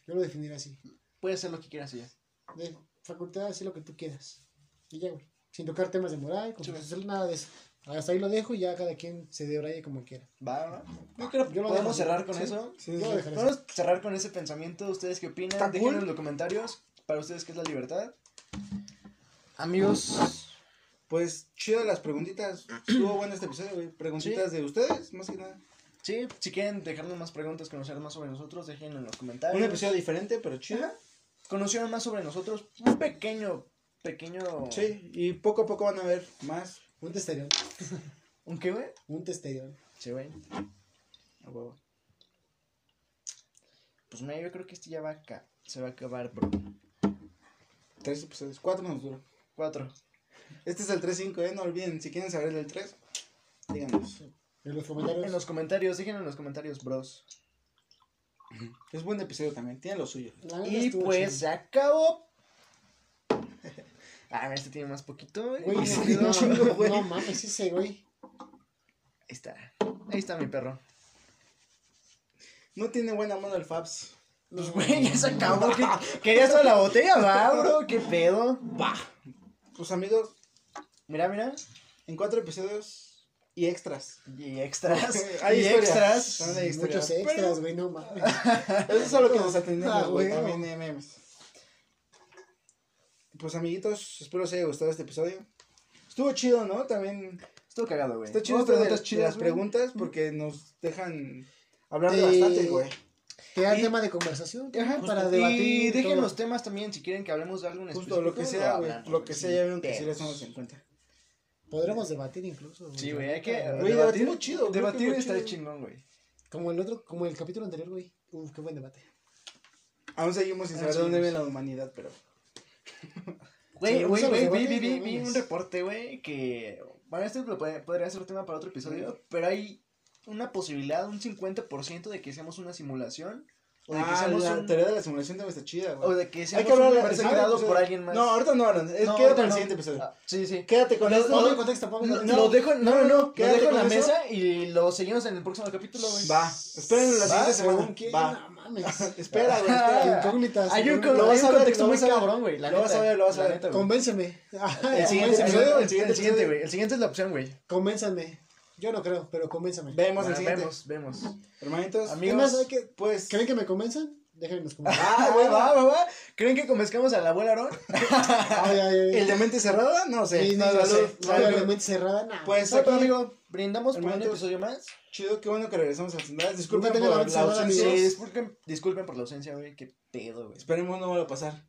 S4: Yo lo definiría así.
S3: Puedes hacer lo que quieras y ya.
S4: De facultad, haz lo que tú quieras. Y ya, güey. Sin tocar temas de moral, con
S3: Sí, güey.
S4: hacer nada de eso. Hasta ahí lo dejo y ya cada quien se debraye como quiera.
S3: Va, ¿no? Yo creo que
S4: Yo lo
S3: podemos
S4: dejo.
S3: cerrar con
S4: Sí.
S3: eso.
S2: Sí,
S4: Yo
S2: sí.
S4: lo dejaría así.
S3: Podemos cerrar con ese pensamiento. ¿Ustedes qué opinan?
S2: Está
S3: Déjenlo
S2: cool.
S3: en los comentarios. Para ustedes, ¿qué es la libertad? Amigos.
S2: Pues chido las preguntitas. Estuvo bueno este episodio, güey. Preguntitas de ustedes, más que nada.
S3: Sí, si quieren dejarnos más preguntas, conocer más sobre nosotros, déjenlo en los comentarios.
S2: Un episodio diferente, pero chido.
S3: Ajá. Conocieron más sobre nosotros. Un pequeño, pequeño.
S2: Sí, y poco a poco van a ver más.
S4: Un testero.
S3: ¿Un qué, güey?
S4: Un testero.
S3: Sí, güey. A huevo. Pues mira, yo creo que este ya va acá. Se va a acabar, bro.
S2: Tres episodios, cuatro nos duró.
S3: Cuatro.
S2: Este es el 3-5, ¿eh? No olviden, si quieren saber del 3, díganos.
S4: En los
S3: En
S4: comentarios.
S3: los comentarios, déjenlo en los comentarios, bros.
S2: Es buen episodio también, tiene lo suyo.
S4: La neta
S3: Y
S4: estuvo
S3: pues
S4: chido.
S3: se acabó. A ver, este tiene más poquito, güey.
S4: Güey,
S3: Ahí
S4: no,
S2: chingo,
S4: no,
S2: güey.
S4: no mames, ese güey.
S3: está. Ahí está mi perro.
S2: No tiene buena mano el Fabs.
S3: Pues, güey, ya se acabó. ¿Qué- ¿Querías toda la botella? Va, bro, qué pedo.
S2: Pues amigos,
S3: Mira, mira.
S2: en cuatro episodios y extras.
S3: Y extras.
S2: Hay
S3: y
S2: historia.
S3: extras.
S2: También hay historia.
S4: Muchos extras, güey, no mames.
S2: Eso es a lo que nos atendemos,
S4: Ah,
S2: güey.
S4: güey.
S2: También eh, memes. Pues amiguitos, espero les haya gustado este episodio. Estuvo chido, ¿no? También.
S3: Estuvo cagado, güey.
S2: Está chido
S3: Hubo
S2: esto de,
S3: preguntas
S2: de
S3: chidas,
S2: las
S3: güey.
S2: preguntas porque nos dejan hablar de
S4: Eh,
S2: bastante, güey.
S4: Te da
S3: Y-
S4: tema de conversación,
S3: Ajá,
S4: ajá, para
S3: justo.
S4: debatir.
S3: Y dejen
S4: todo.
S3: los temas también si quieren que hablemos de algo en
S2: Justo lo que
S3: específico,
S2: sea, güey.
S3: hablamos,
S2: Lo que sea, ya vieron que sí
S3: Pero-
S2: les tomamos en cuenta.
S4: Podremos debatir incluso.
S3: Sí, güey, hay que.
S2: Güey, debatir muy chido, güey,
S3: Debatir
S2: muy
S3: está
S2: chido.
S3: chingón, güey.
S4: Como el otro, como el capítulo anterior, güey. Uf, qué buen debate.
S2: Aún seguimos sin
S3: Ah,
S2: saber dónde
S3: seguimos.
S2: vive la humanidad, pero.
S3: Güey,
S4: Sí,
S3: güey,
S4: usa los
S3: güey, vi,
S4: debates,
S3: vi, vi,
S4: no
S3: vi
S4: mames.
S3: un reporte, güey, que... Bueno, este lo pod- podría ser tema para otro episodio, pero hay una posibilidad, un 50% de que seamos una simulación, o de que
S2: Ah,
S3: seamos
S2: la
S3: un...
S2: teoría de la simulación debe estar chida,
S3: O
S2: güey.
S3: de que
S2: Hay
S3: seamos
S2: que hablar
S3: un
S2: de
S3: universo creado por alguien más.
S2: No, ahorita no, Aaron. Es-
S3: No,
S2: quédate
S3: ahorita
S2: para el
S3: no.
S2: siguiente episodio.
S3: Ah, sí, sí.
S2: Quédate con
S4: Ponlo en
S2: esto.
S4: contexto, ponlo en
S3: Lo,
S4: contexto.
S3: lo dejo, no, no, no, lo
S2: quédate
S3: dejo en la
S2: con eso.
S3: mesa y lo seguimos en el próximo capítulo, güey.
S2: Va. Esperen la siguiente
S4: Va,
S2: semana.
S4: según quién,
S2: Va.
S4: No mames.
S2: Espera, güey, espera.
S3: Ah,
S4: Incógnitas.
S3: Hay un,
S4: incógnitas.
S2: Lo vas
S3: hay un
S2: a ver,
S3: contexto
S2: lo
S3: muy
S2: vas a ver.
S3: cabrón, güey. la
S2: Lo vas
S3: neta,
S2: a ver, lo vas a
S3: la
S2: ver.
S3: neta, güey.
S4: Convénceme. Ah,
S3: El siguiente,
S2: episodio,
S3: episodio,
S2: el siguiente
S3: el siguiente,
S2: episodio.
S3: güey. El siguiente es la opción, güey.
S4: Convénzame. Yo no creo, pero convénzame.
S2: Vemos
S3: Va,
S2: el siguiente.
S3: Vemos, vemos.
S2: Hermanitos.
S4: ¿Qué
S3: Amigos.
S4: más hay que...
S2: Pues.
S4: ¿Creen que me convenzan? Déjenme en los comentarios.
S3: Ah, güey, va, va, va. ¿Creen que convenzcamos a la abuela Aarón?
S4: Ay, ay, ay.
S2: ¿El de mente cerrada? No sé.
S4: Sí, no,
S2: Salud.
S4: no sé. No,
S2: Salud.
S4: la mente cerrada, nada.
S2: Pues
S3: Exacto,
S2: aquí,
S3: amigo. Brindamos por un
S2: Hermanitos.
S3: episodio más.
S2: chido, qué bueno que regresamos a las andadas. Disculpen
S4: Nunca tengan la
S2: por
S4: mente
S2: la
S4: cerrada,
S2: ausencia.
S4: amigos.
S3: disculpen, disculpen por la ausencia, güey. Qué pedo, güey.
S2: Esperemos no vuelva a pasar.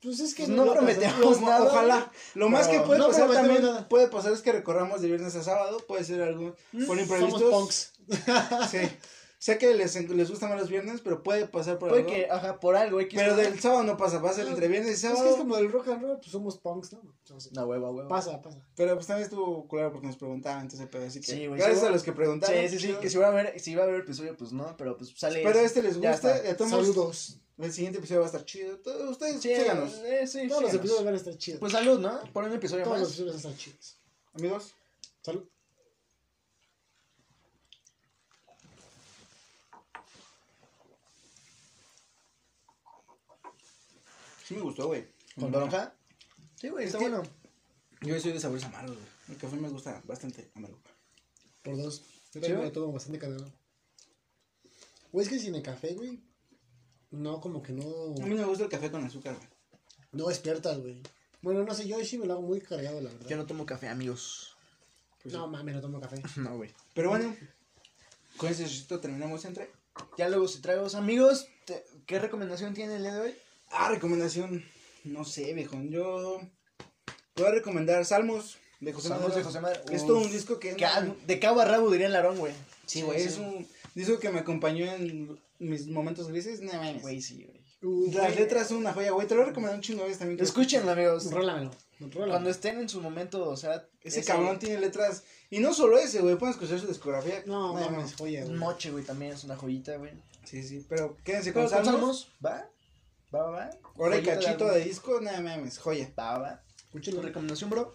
S4: Pues es que
S3: Pues no
S4: lo-
S3: prometemos
S2: Lo-
S3: nada.
S2: Ojalá. Lo más que
S3: Pero
S2: puede
S4: no
S2: pasar
S4: prometemos
S2: también
S4: nada. Mm,
S2: puede pasar es que recorramos de viernes a sábado. Puede ser algo por
S4: Somos
S2: imprevistos.
S4: punks.
S2: Sí. Sé que les, les gustan más los viernes, pero puede pasar por
S3: Puede
S2: algo.
S3: que, ajá, por algo, X.
S2: Pero del sábado no pasa, pasa entre viernes y
S4: Es
S2: sábado.
S4: que es como el rock and roll, pues somos punks, ¿no? Entonces,
S3: No, huevo, huevo.
S4: Pasa, pasa.
S2: Pero pues también estuvo claro porque nos preguntaban, entonces, pero así que.
S3: Sí, güey,
S2: gracias a
S3: sí, güey.
S2: los que preguntaron.
S3: Sí, sí, sí.
S2: chido.
S3: Que si va a haber, si va a haber episodio, pues no. Pero pues sale.
S2: Espero este les
S3: Ya
S2: guste.
S3: está.
S2: de todos modos,
S4: Saludos.
S2: El siguiente episodio va a estar chido. Todos Ustedes
S3: Sí,
S2: síganos,
S3: eh, sí,
S4: Todos los
S3: síganos.
S4: episodios van a estar chidos.
S3: Pues salud, ¿no? Por un episodio
S4: Todos los
S3: más.
S4: episodios van a estar chidos.
S2: amigos.
S4: Salud.
S2: Sí me gustó, güey.
S3: Con naranja. Mm. Sí, güey, está
S2: que-
S3: bueno.
S2: Yo soy de sabores amargos, güey. El café me gusta bastante amargo.
S4: Por dos. Yo
S3: ¿Sí,
S4: también me
S3: güey?
S4: lo tomo bastante cargado. Güey, es que sin el café, güey. No, como que no.
S2: A mí me gusta el café con azúcar, güey.
S4: No despiertas, güey. Bueno, no sé, yo sí me lo hago muy cargado, la verdad.
S3: Yo no tomo café, amigos.
S2: Pues
S4: no mames, no tomo café.
S3: No, güey.
S2: Pero bueno, con ese chistito terminamos entre.
S3: Ya luego si tragos. Amigos, te- ¿qué recomendación tiene el día de hoy?
S2: Ah, recomendación. No sé, viejo. Yo. Voy a recomendar Salmos de José
S3: Salmos
S2: Madero.
S3: de José Madero.
S2: Es
S3: Uf.
S2: todo un disco que.
S3: Ca- Ah, De cabo a rabo diría el Larón, güey.
S2: Sí, güey. Es un disco que me acompañó en mis momentos grises. No mames.
S3: Güey, sí, güey.
S4: Uh,
S2: Las
S4: güey,
S2: letras son una joya, güey. Te lo he recomendado un chingo de veces también. creo.
S3: Escúchenlo, amigos.
S4: Rólamelo. rólamelo.
S3: Cuando estén en su momento, o sea.
S2: Ese cabrón tiene letras. Y no solo ese, güey. Pueden escuchar su discografía.
S4: No
S2: Nada
S4: mames,
S2: más.
S4: joya, güey.
S3: Noche, güey, también es una joyita, güey.
S2: Sí, sí. Pero quédense
S3: ¿Con
S2: con Salmos.
S3: Salmos? ¿Va? ¿Va, va, va?
S2: Ahora el
S3: Joyita
S2: cachito
S3: álbum.
S2: de disco. Nada mames, joya.
S3: Va, va. ¿Tu
S4: Escúchenlo.
S3: recomendación, bro?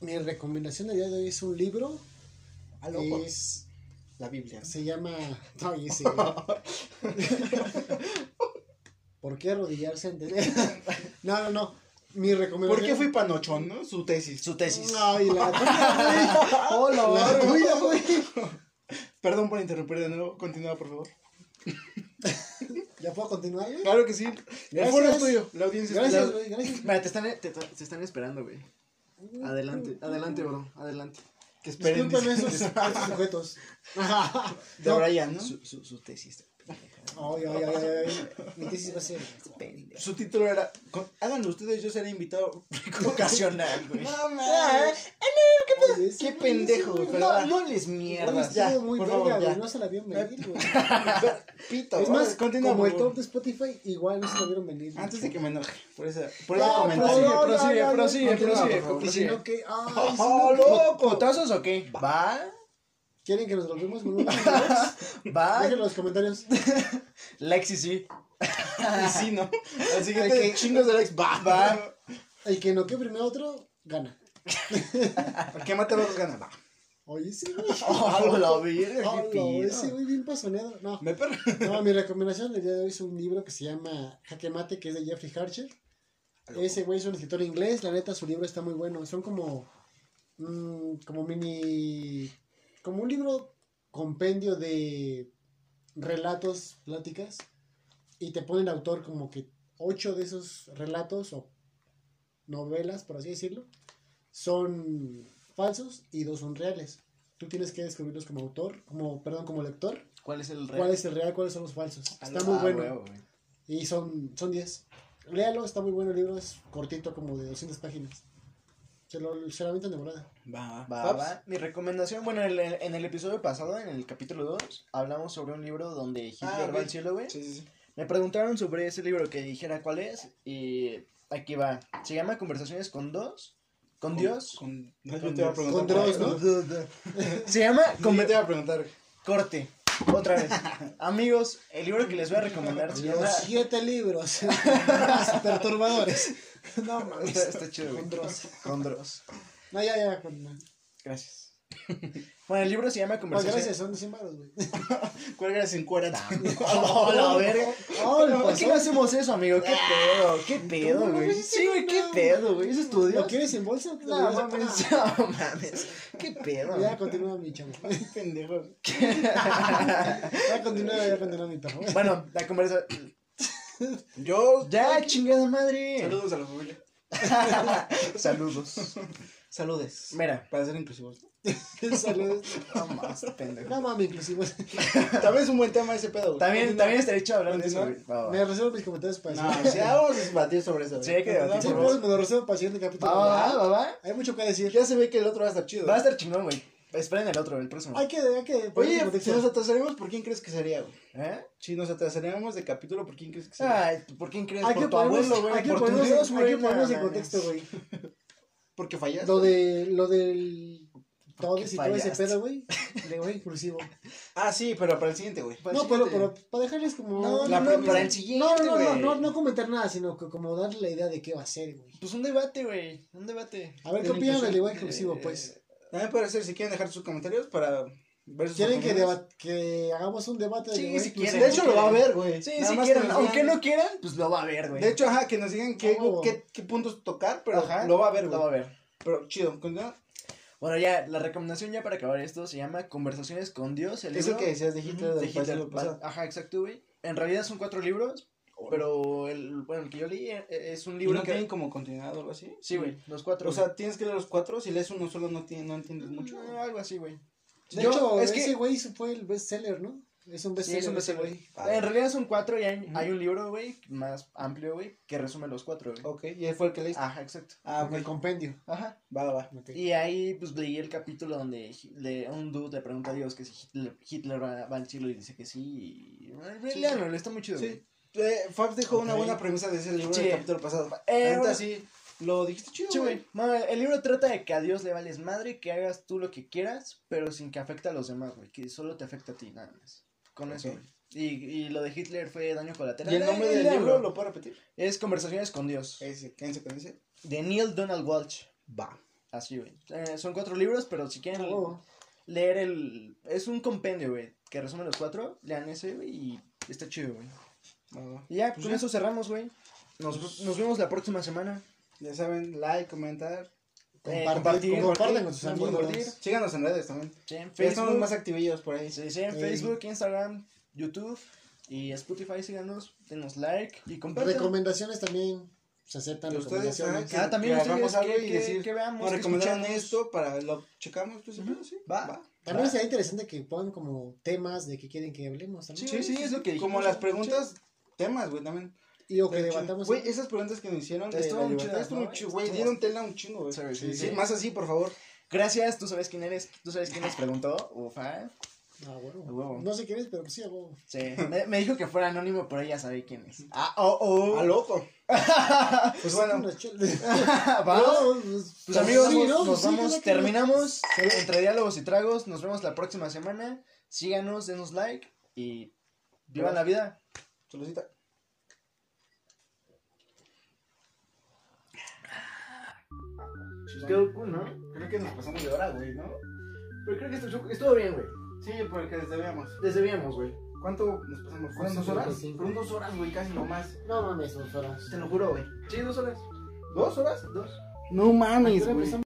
S4: Mi recomendación del día de hoy es un libro.
S2: A Ah, loco.
S4: Es,
S2: La Biblia.
S4: se llama. No, y ese, güey. ¿Por qué arrodillarse ante No, no, no. Mi recomendación.
S2: ¿Por qué fui panochón, no? Su tesis.
S3: Su tesis.
S4: No, y la tuya,
S3: Hola,
S4: güey. La
S3: güey.
S4: tuya, güey.
S2: Perdón por interrumpir de nuevo. Continúa, por favor.
S4: ¿Ya puedo continuar, güey?
S2: Claro que sí. El
S4: Gracias.
S2: foro es tuyo. La audiencia es
S4: Gracias,
S2: tuya.
S4: güey, gracias.
S3: Mira, te están, te, te están esperando, güey. Adelante, adelante, bro. Adelante.
S2: Que esperen.
S4: Disculpen
S2: dice.
S4: esos, esos sujetos.
S2: De Brian, ¿no?
S3: Su, su, su tesis.
S4: Ay, ay, ay, ay, ay. Mi tesis va a ser.
S3: Pendejo.
S2: Su título era. con- Háganlo ustedes, yo seré invitado.
S3: Ocasional, güey.
S2: No mames.
S4: Oye, sí,
S2: Qué Ah, pendejo, güey,
S3: No,
S2: perdón.
S3: no les
S4: Oye,
S3: mierdas.
S2: ya,
S4: estuvo muy
S2: por
S4: verga,
S2: favor,
S4: güey.
S2: ya.
S4: No se la vieron venir, güey.
S2: Pito.
S4: Es más,
S2: continúa,
S4: como
S2: por
S4: el
S2: favor.
S4: top de Spotify, igual no se la vieron venir.
S2: Antes de que me enoje. Por ese, por
S4: No,
S2: ese
S4: por
S2: comentario.
S4: favor.
S3: prosigue,
S4: no, no,
S3: prosigue,
S2: no, no,
S3: prosigue,
S2: no, no,
S4: Y
S3: prosigue.
S4: si no, que. Ay, si
S2: Oh,
S4: no, que-
S2: loco.
S3: ¿Potazos o qué? ¿Va?
S4: ¿Quieren que nos volvemos con unos videos? Dejen en
S3: Bye.
S4: los comentarios.
S3: Like y sí.
S2: Y sí, ¿no? Así que
S4: Hay
S2: te
S4: que-
S2: chingos de likes. Va,
S3: Va.
S4: El que no queme primero a otro, gana.
S2: El que mate a los gana. Va.
S4: Oye, sí, güey.
S3: Oh, la verga, qué
S4: Hola,
S3: pido.
S4: ese güey bien pasoneado. No,
S2: Me perro.
S4: no, mi recomendación del día de hoy es un libro que se llama Jaque Mate, que es de Jeffrey Archer. Ese güey es un escritor inglés, la neta su libro está muy bueno. Son como, mm, como mini, como un libro compendio de relatos, pláticas, y te pone el autor como que ocho de esos relatos o novelas, por así decirlo, son falsos y dos son reales. Tú tienes que descubrirlos como autor, como, perdón, como lector,
S3: ¿Cuál es el rey?
S4: cuál es el real, cuáles son los falsos.
S3: Ah,
S4: Está muy bueno. Y son, son 10. Léalo, está muy bueno el libro, es cortito, como de 200 páginas. Se lo, se la avientan de volada.
S2: Va,
S3: Va, va. Mi recomendación, bueno, en el, en el episodio pasado, en el capítulo 2, hablamos sobre un libro donde Hitler
S2: Ah, ok.
S3: va al cielo, güey.
S2: Sí, sí, sí.
S3: Me preguntaron sobre ese libro que dijera cuál es y aquí va. Se llama Conversaciones con dos, con, Dios.
S2: Con, no,
S3: Con
S2: yo te iba a
S3: Dios.
S2: preguntar.
S4: Con Dios,
S2: por-
S4: ¿no?
S3: Se llama
S2: Yo
S3: Conver-
S2: te iba a preguntar.
S3: Corte. Otra vez. Amigos, el libro que les voy a recomendar se llama...
S4: Los siete libros más perturbadores.
S2: No,
S3: Está, está chido, güey.
S4: Con Dross.
S3: Con Dross.
S4: No, ya, ya, con.
S3: Gracias. Bueno, el libro se llama
S4: Pues
S3: Conversaciones...
S4: gracias, son 100 baros, güey.
S2: ¿Cuál era en 40?
S3: Oh, la verga.
S4: Oh, el
S3: ¿Por qué
S4: pasón.
S3: no Ah, hacemos eso, amigo? ¿Qué pedo? ¿Qué pedo,
S4: no,
S3: güey?
S4: no, no,
S3: Sí, güey,
S4: no,
S3: qué
S4: no.
S3: pedo, güey. ¿Es estudio?
S4: ¿Lo quieres en bolsa? Te lo
S3: No
S4: llevas a-
S3: mames, no mames. ¿Qué pedo?
S4: Ya continúa mi chavo.
S2: Pendejo.
S4: Ya continúa, ya continúa mi chavo.
S3: Bueno, la conversa.
S2: Yo.
S3: ¡Ya, chingada madre!
S2: Saludos a la familia.
S3: Saludos.
S2: Saludes.
S3: Mira.
S2: Para ser inclusivos.
S4: Saludos.
S3: No más, pendejo.
S4: No mames, inclusive.
S2: También es un buen tema ese pedo. güey.
S3: También, también estaría chido hablar de eso,
S2: Continúa.
S3: güey. Va, va.
S4: Me reservo mis comentarios para
S2: No,
S4: eso.
S2: o sea, vamos a debatir sobre eso. güey.
S3: Sí, hay que debatir
S2: No,
S4: Sí,
S3: sobre
S2: pues,
S4: pues, me lo reservo para el siguiente capítulo.
S2: Ah,
S3: Va, va, va, va.
S4: Hay mucho que decir.
S2: Ya se ve que el otro va a estar chido.
S3: Va a estar chingón, güey. Esperen el otro, el próximo.
S4: Hay que, hay que. ponerse en
S2: Oye, pues, si
S3: pues,
S4: contexto.
S2: nos atrasaremos, ¿por quién crees que sería, güey?
S3: ¿Eh?
S2: Si nos atrasaremos de capítulo, ¿por quién crees que sería?
S3: Ay, ¿por quién crees?
S4: Hay
S3: Por
S4: que
S3: tu abuelo, güey.
S4: ponernos, hay que
S3: Por tu
S4: ponernos,
S3: Dios, güey.
S4: hay que
S3: no
S4: ponernos en
S3: mames.
S4: contexto, güey.
S2: Porque fallaste.
S4: Lo de, lo del todes y todo ese
S3: fallaste?
S4: pedo, güey. Le voy inclusivo.
S2: Ah, sí, pero para el siguiente, güey.
S3: Para el
S4: No, pero,
S3: siguiente.
S4: pero para dejarles como.
S3: No,
S2: La
S3: no, no,
S2: premisa.
S3: para el siguiente,
S4: no, no, no,
S3: güey.
S4: no, no comentar nada, sino que como darle la idea de qué va a ser, güey.
S3: Pues un debate, güey. Un debate.
S4: A ver, ¿qué
S2: Del
S4: opinan del
S2: inclusivo.
S4: igual inclusivo, pues?
S3: Eh,
S2: También puede ser si quieren dejar sus comentarios para ver sus
S4: ¿Quieren que,
S2: opiniones.
S4: deba- que hagamos un debate
S3: Sí,
S4: del igual
S3: si
S4: inclusivo?
S3: quieren.
S2: De hecho, lo va a ver, güey.
S3: Sí,
S2: Nada
S3: si
S2: más que
S3: quieren.
S2: nos
S3: Aunque
S2: digan-
S3: no quieran, pues lo va a ver, güey.
S2: De hecho, ajá, que nos digan qué,
S4: No.
S2: qué, qué puntos tocar, pero
S3: Ajá,
S2: lo va a ver,
S3: Lo va a
S2: güey.
S3: ver.
S2: Pero chido, continúa.
S3: Bueno, ya, la recomendación ya para acabar esto se llama Conversaciones con Dios, el
S2: Es
S3: libro
S2: el que decías de Hitler,
S3: de
S2: del
S3: Hitler.
S2: partido pasado.
S3: ¿vale? Ajá, exacto, güey. En realidad son cuatro libros, pero el, bueno, el que yo leí eh, es un
S2: ¿Y
S3: libro
S2: no
S3: que...
S2: tienen como continuado o algo así?
S3: Sí, güey, los cuatro.
S2: O sea, tienes que leer los cuatro, si lees uno solo no, tiene, no entiendes
S3: güey.
S2: mucho.
S3: No, algo así, güey.
S4: De
S3: Yo-
S4: hecho,
S3: es que-
S4: ese güey fue el bestseller, ¿no? Es un
S3: Sí,
S4: bestseller.
S3: es un
S4: ese
S3: bestseller.
S4: güey.
S2: Vale.
S3: En realidad son cuatro y hay,
S2: Ujú.
S3: hay un libro, güey, más amplio, güey, que resume los cuatro, güey.
S2: Ok, y él fue el que leíste.
S3: Ajá, exacto.
S2: Ah,
S4: El
S2: ok.
S4: compendio.
S3: Ajá.
S2: Va, va.
S4: Ok.
S3: Y ahí, pues, leí el capítulo donde Hi- le- un dude le pregunta a Dios que si Hitler, Hitler va, va al cielo y dice que sí. Y...
S2: Sí.
S3: Léanlo, está muy chido, güey.
S2: Sí. Eh, Fabs dejó una
S4: Ok.
S2: buena premisa de ese libro
S3: Sí.
S2: del capítulo pasado.
S3: Eh,
S2: Eh,
S3: bueno.
S2: sí, lo dijiste chido,
S3: Sí,
S2: güey.
S3: güey. Bueno, el libro trata de que a Dios le vales madre, que hagas tú lo que quieras, pero sin que afecte a los demás, güey. Que solo te afecta a ti, nada más. Con
S2: Ok.
S3: eso, güey. Y, y lo de Hitler fue daño colateral.
S2: ¿Y el nombre
S3: Eh,
S2: del
S3: léanlo.
S2: libro Eh, lo puedo repetir?
S3: Es Conversaciones con Dios.
S2: Ese, quédense con ese.
S3: De Neil Donald Walsh.
S2: Va.
S3: Así, güey. Eh, son cuatro libros, pero si quieren
S4: Oh,
S3: leer el... Es un compendio, güey, que resume los cuatro. Lean ese, güey, y está chido, güey.
S2: Va, va.
S3: Y ya,
S2: Pues
S3: con
S2: ya.
S3: eso cerramos, güey. Nos, nos vemos la próxima semana.
S2: Ya saben, like, comentar.
S3: Eh,
S4: compartir,
S3: compartir,
S4: compartan con sus
S3: compartir.
S4: amigos.
S2: Síganos en redes también.
S3: Sí, en
S2: Ya estamos
S3: Facebook.
S2: más activillos por ahí.
S3: Sí, sí, en
S4: Sí.
S3: Este, Facebook, Instagram, YouTube y Spotify, síganos, denos like y compartan.
S4: Recomendaciones también. Se aceptan
S2: Ustedes,
S4: recomendaciones.
S2: ajá, que-
S3: Ah, también
S2: que
S3: ustedes
S2: hagamos algo
S3: que-
S2: y
S3: que-
S2: decir,
S3: que veamos,
S2: Nos
S3: que
S2: recomendaron
S3: escuchamos.
S2: esto para lo checamos, pues,
S3: Ujú.
S2: ¿sí?
S3: Va.
S4: También
S3: Ah.
S4: sería interesante que pongan como temas de que quieren que hablemos también.
S3: Sí, sí, es lo que
S2: Como
S3: dijimos,
S2: las
S3: ¿no?
S2: preguntas, temas, güey, también.
S4: Y o que
S2: Está chido.
S4: debatamos.
S2: Güey,
S3: eh,
S2: esas preguntas que nos hicieron. de
S3: Estuvo
S2: la
S3: muy
S2: libertad,
S3: chidas,
S2: estuvo
S3: ¿no?
S2: muy chido, güey.
S3: Estuvo-
S2: Dieron tela un chingo, güey.
S3: Sí,
S2: Sí,
S3: sí,
S2: sí,
S3: sí.
S2: más así, por favor.
S3: Gracias, tú sabes quién eres, tú sabes quién nos preguntó, ufa.
S4: Ah, huevo.
S3: A huevo.
S4: No sé quién es, pero pues sí, a huevo.
S3: Sí, me, me dijo que fuera anónimo, pero ella sabe quién es. Ah, oh, oh.
S2: ¡A loco! Pues bueno,
S4: Unas chelas.
S3: ¿Va?
S4: No, pues,
S3: Pues amigos,
S4: sí, ¿no?
S3: nos
S4: Pues sí,
S3: vamos,
S4: cada quien-
S3: terminamos entre diálogos y tragos. Nos vemos la próxima semana. Síganos, denos like y vivan la vida.
S2: saludcita.
S3: Pues Quedó cool, ¿no?
S2: Creo que nos pasamos de hora, güey, ¿no?
S3: Pero creo que estuvo, estuvo bien, güey.
S2: Sí, porque les debíamos.
S3: Desde veíamos, güey.
S2: ¿Cuánto nos pasamos? ¿Fueron
S4: Casi
S2: dos horas?
S4: 35.
S2: Fueron dos horas, güey, casi nomás.
S4: No mames, dos horas.
S2: Te lo juro, güey.
S3: Sí, dos horas.
S2: ¿Dos horas?
S3: Dos.
S2: No mames,
S4: Ahora empezamos